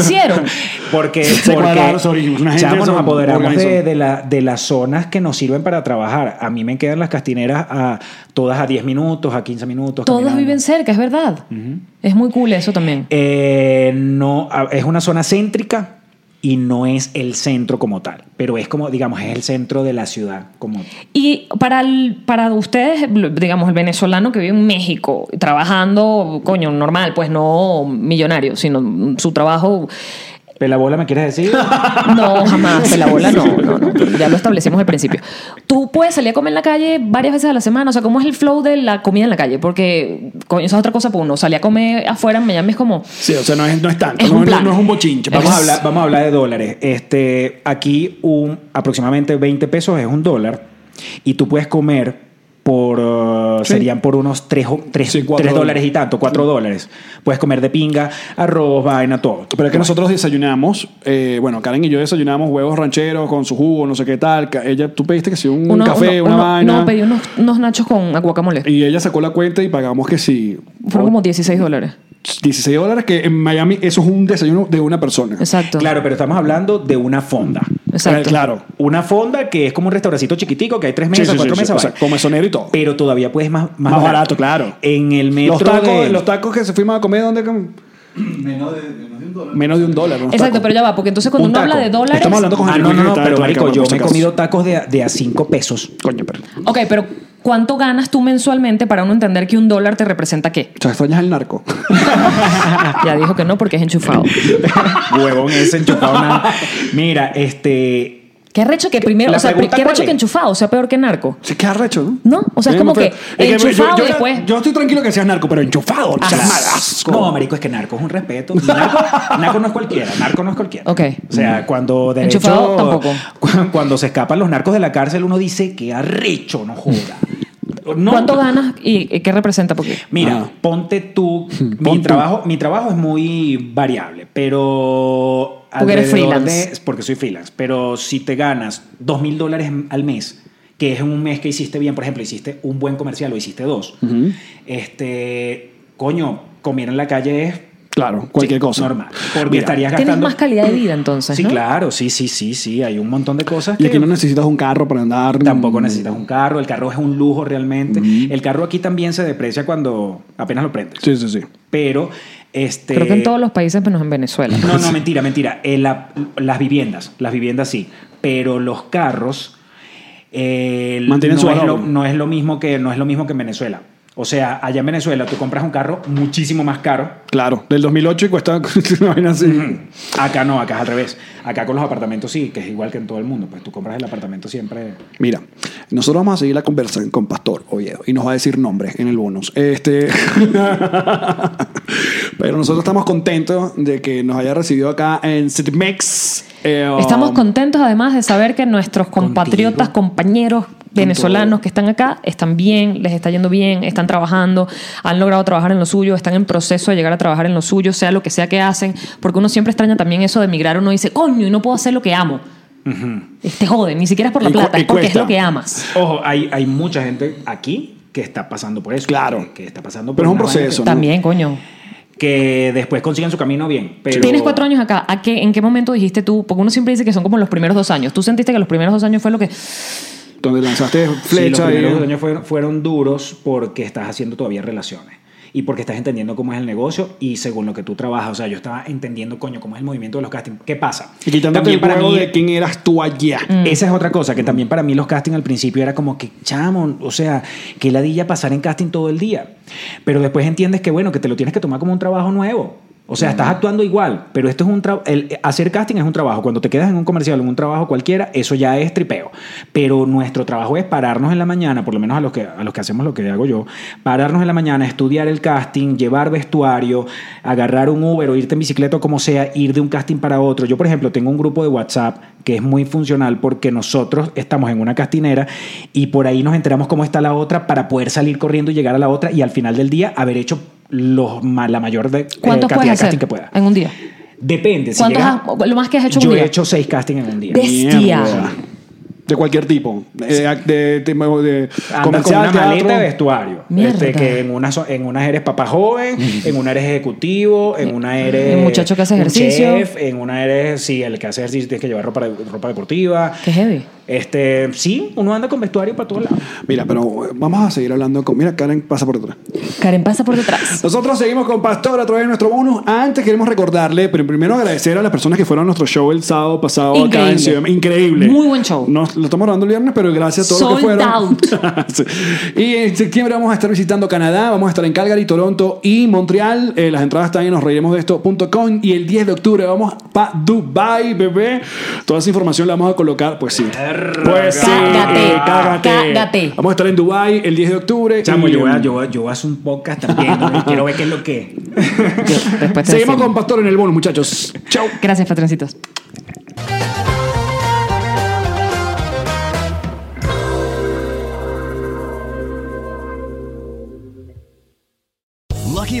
B: ¿Cómo hicieron?
A: Porque,
C: Se
A: porque
C: cuadraron sobre una gente
A: chamo,
C: que
A: nos
C: son
A: apoderamos de,
C: organizó.
A: de la- de las zonas que nos sirven para trabajar. A mí me quedan las castineras a, todas a 10 minutos, a 15 minutos.
B: Todos
A: caminando.
B: viven cerca, es verdad. Es muy cool eso también.
A: Eh, no, a- es una zona céntrica y no es el centro como tal, pero es como, digamos, es el centro de la ciudad como
B: Y para, el- para ustedes, digamos, el venezolano que vive en México, trabajando, coño, normal, pues no millonario, sino su trabajo.
A: ¿Pelabola me quieres decir?
B: No, jamás, pelabola, no, no, no. Ya lo establecimos al principio. Tú puedes salir a comer en la calle varias veces a la semana. O sea, ¿cómo es el flow de la comida en la calle? Porque, coño, esa es otra cosa para uno. Salir a comer afuera en Miami es como.
C: Sí, o sea, no es, no es tanto.
B: Es
C: no,
B: un
C: no-
B: plan.
C: no es un bochinche.
A: Vamos
B: Es-
A: a, hablar, vamos a hablar de dólares. Este, aquí un, aproximadamente 20 pesos es un dólar y tú puedes comer por uh, serían por unos 3,
C: Sí, cuatro Mm.
A: dólares y tanto, 4 dólares. Puedes comer de pinga, arroz, vaina, todo.
C: Pero es que nosotros desayunamos, eh, bueno, Karen y yo desayunamos huevos rancheros con su jugo, no sé qué tal. Ca- Ella, tú pediste que sí, un
B: Uno-
C: café, una
B: uno- uno-
C: vaina.
B: No, pedí unos, unos nachos con guacamole.
C: Y ella sacó la cuenta y pagamos que sí.
B: Fueron como 16 dólares.
C: 16 dólares, que en Miami eso es un desayuno de una persona.
B: Exacto.
A: Claro, pero estamos hablando de una fonda. Eh,
B: Exacto.
C: Claro.
A: Una fonda que es como un restauracito chiquitico que hay tres
C: Sí,
A: mesas,
C: sí, sí,
A: cuatro
C: sí.
A: mesas.
C: O sea,
A: vaina.
C: con mesonero y todo.
A: pero todavía puedes más, más,
C: Más barato, claro.
A: En el metro
C: Los tacos,
A: de-
C: los tacos que se fuimos a comer, ¿dónde? com-
E: Menos de, menos de un dólar.
C: Menos de un dólar. unos
B: Exacto,
C: tacos.
B: pero ya va, porque entonces cuando
A: Un
B: uno
A: taco.
B: habla de dólares.
C: Estamos hablando con
A: Ah,
C: Henry
A: no, no,
C: Cricket,
A: no,
C: está
A: pero
C: detrás de
A: marico,
C: cámara,
A: yo
C: por si
A: me he
C: acaso.
A: comido tacos de, de a cinco pesos.
C: Coño, pero.
B: Ok, pero ¿cuánto ganas tú mensualmente para uno entender que un dólar te representa qué? Ah,
C: O sea, extrañas el narco.
B: ya dijo que no porque es enchufado.
A: Huevón ese enchufado nada. Mira, este.
B: Qué arrecho que primero.
A: La
B: O sea,
A: pregunta,
B: qué
A: ¿cuál
B: arrecho
A: es?
B: que enchufado sea peor que narco.
C: Se queda recho, ¿no?
B: No, o sea, es
C: Sí,
B: como
C: muy
B: que
C: feo. Es que
B: enchufado
C: yo, yo-
B: después.
C: Yo estoy tranquilo que seas narco, pero enchufado. o sea,
B: Asco.
C: mal, asco.
A: No, marico, es que narco es un respeto. Narco, narco no es cualquiera, narco no es cualquiera.
B: Ok.
A: O
C: Mm.
A: sea, cuando de
B: Enchufado,
A: hecho,
B: tampoco.
A: cu- Cuando se escapan los narcos de la cárcel, uno dice que arrecho, no joda. No,
B: ¿Cuánto ganas y, y qué representa? Porque.
A: Mira,
C: Ah.
A: ponte tú. mi
C: pon tú.
A: trabajo, mi trabajo es muy variable, pero
B: Porque eres
A: alrededor
B: freelance.
A: de- porque soy freelance. Pero si te ganas dos mil dólares al mes, que es un mes que hiciste bien, por ejemplo, hiciste un buen comercial o hiciste dos, este, coño, comer en la calle es
C: Claro, cualquier
A: sí,
C: cosa.
A: normal, porque
C: Mira,
A: estarías
B: Tienes
A: gastando.
B: más calidad de vida entonces.
A: Sí,
B: ¿no?
A: claro, sí, sí, sí, sí. Hay un montón de cosas
C: Y
A: que
C: aquí no necesitas un carro para andar. Mm.
A: Tampoco necesitas un carro, el carro es un lujo realmente. El carro aquí también se deprecia cuando apenas lo prendes.
C: Sí, sí, sí.
A: Pero Este,
B: Creo que en todos los países menos en Venezuela.
A: No, no, mentira, mentira. Eh, la- las viviendas, las viviendas sí, pero los carros eh,
C: Mantienen
A: no,
C: su
A: es lo,
C: valor.
A: no es lo mismo que no es lo mismo que en Venezuela. O sea, allá en Venezuela tú compras un carro muchísimo más caro.
C: Claro, del 2008 y cuesta una vaina así.
A: Acá no, acá es al revés. Acá con los apartamentos sí, que es igual que en todo el mundo. Pues tú compras el apartamento siempre.
C: Mira, nosotros vamos a seguir la conversación con Pastor Oviedo y nos va a decir nombres en el bonus. Este... Pero nosotros estamos contentos de que nos haya recibido acá en CityMex. Eh, um,
B: Estamos contentos además de saber que nuestros compatriotas,
A: Contigo.
B: compañeros venezolanos que están acá están bien, les está yendo bien, están trabajando, han logrado trabajar en lo suyo, están en proceso de llegar a trabajar en lo suyo, sea lo que sea que hacen, porque uno siempre extraña también eso de emigrar, uno dice, coño, y no puedo hacer lo que amo. Te joden, ni siquiera es por la
C: Y cu-
B: plata,
C: y
B: es porque es
C: cuesta.
B: lo que amas.
A: Ojo, hay, hay mucha gente aquí que está pasando por eso.
C: Claro.
A: Que, que está pasando por
C: Pero es un
A: una vaina
C: proceso, ¿no?
B: También, coño.
A: Que, que después consigan su camino bien. Pero
B: Tienes cuatro años acá. ¿A qué, ¿En qué momento dijiste tú? Porque uno siempre dice que son como los primeros dos años. ¿Tú sentiste que los primeros dos años fue lo que...
C: Donde lanzaste
A: Sí, los
C: flecha. y-
A: primeros dos años fueron, fueron duros porque estás haciendo todavía relaciones y porque estás entendiendo cómo es el negocio y según lo que tú trabajas. O sea, yo estaba entendiendo, coño, cómo es el movimiento de los castings. ¿Qué pasa?
C: y quitándote
A: También
C: el juego de quién eras tú allá.
A: Esa es otra cosa, que también para mí los castings al principio era como que, chamo, o sea, que ladilla pasar en casting todo el día. Pero después entiendes que, bueno, que te lo tienes que tomar como un trabajo nuevo. O sea, estás actuando igual, pero esto es un tra- el hacer casting es un trabajo. Cuando te quedas en un comercial, en un trabajo cualquiera, eso ya es tripeo. Pero nuestro trabajo es pararnos en la mañana, por lo menos a los que a los que hacemos lo que hago yo, pararnos en la mañana, estudiar el casting, llevar vestuario, agarrar un Uber o irte en bicicleta o como sea, ir de un casting para otro. Yo, por ejemplo, tengo un grupo de WhatsApp que es muy funcional porque nosotros estamos en una castinera y por ahí nos enteramos cómo está la otra para poder salir corriendo y llegar a la otra y al final del día haber hecho los, ma- la mayor de, eh,
B: ¿Cuántos puedes
A: cantidad de casting
B: hacer
A: que pueda.
B: en un día?
A: Depende. si
B: ¿Cuántos
A: llegas-
B: has- lo más que has hecho en
A: yo
B: un día?
A: he hecho seis castings en un día.
B: Bestia.
C: Mierda. De cualquier tipo. Eh, De, de, de- de
A: Anda
C: comercial,
A: con una maleta
C: teatro.
A: de vestuario.
B: Mierda.
A: Este, que en una, so- en unas eres papá joven, en una eres ejecutivo, en una eres.
B: Un muchacho que hace
A: un
B: ejercicio.
A: chef, en una eres. Sí, el que hace ejercicio tienes que llevar ropa, ropa deportiva.
B: Qué heavy.
A: Este, sí, uno anda con vestuario para todos lados.
C: Mira, pero eh, vamos a seguir hablando con. Mira, Karen pasa por detrás.
B: Karen pasa por detrás.
C: Nosotros seguimos con Pastor a través de nuestro bonus. Antes queremos recordarle, pero primero agradecer a las personas que fueron a nuestro show el sábado pasado acá en
B: Increíble.
C: Ciudad. Increíble.
B: Muy buen show.
C: Nos, lo estamos grabando el viernes, pero gracias a todos los que
B: Sold
C: fueron.
B: out.
C: Sí. y en septiembre vamos a estar visitando Canadá, vamos a estar en Calgary, Toronto y Montreal. Eh, las entradas están en nosreiremosdeesto.com y el 10 de octubre vamos para Dubai, bebé. Toda esa información la vamos a colocar, pues sí. Pues sí,
B: Cágate,
C: cágate.
B: cágate.
C: Vamos a estar en Dubai el 10 de octubre.
A: Chamo,
C: Y,
A: yo, voy a-
C: um,
A: yo, voy a- yo voy a hacer un podcast también. ¿no? Quiero ver qué es lo que.
B: Yo después te
C: Seguimos
B: decimos.
C: con Pastor en el bono, muchachos. Chao.
B: Gracias, patroncitos.
F: Lucky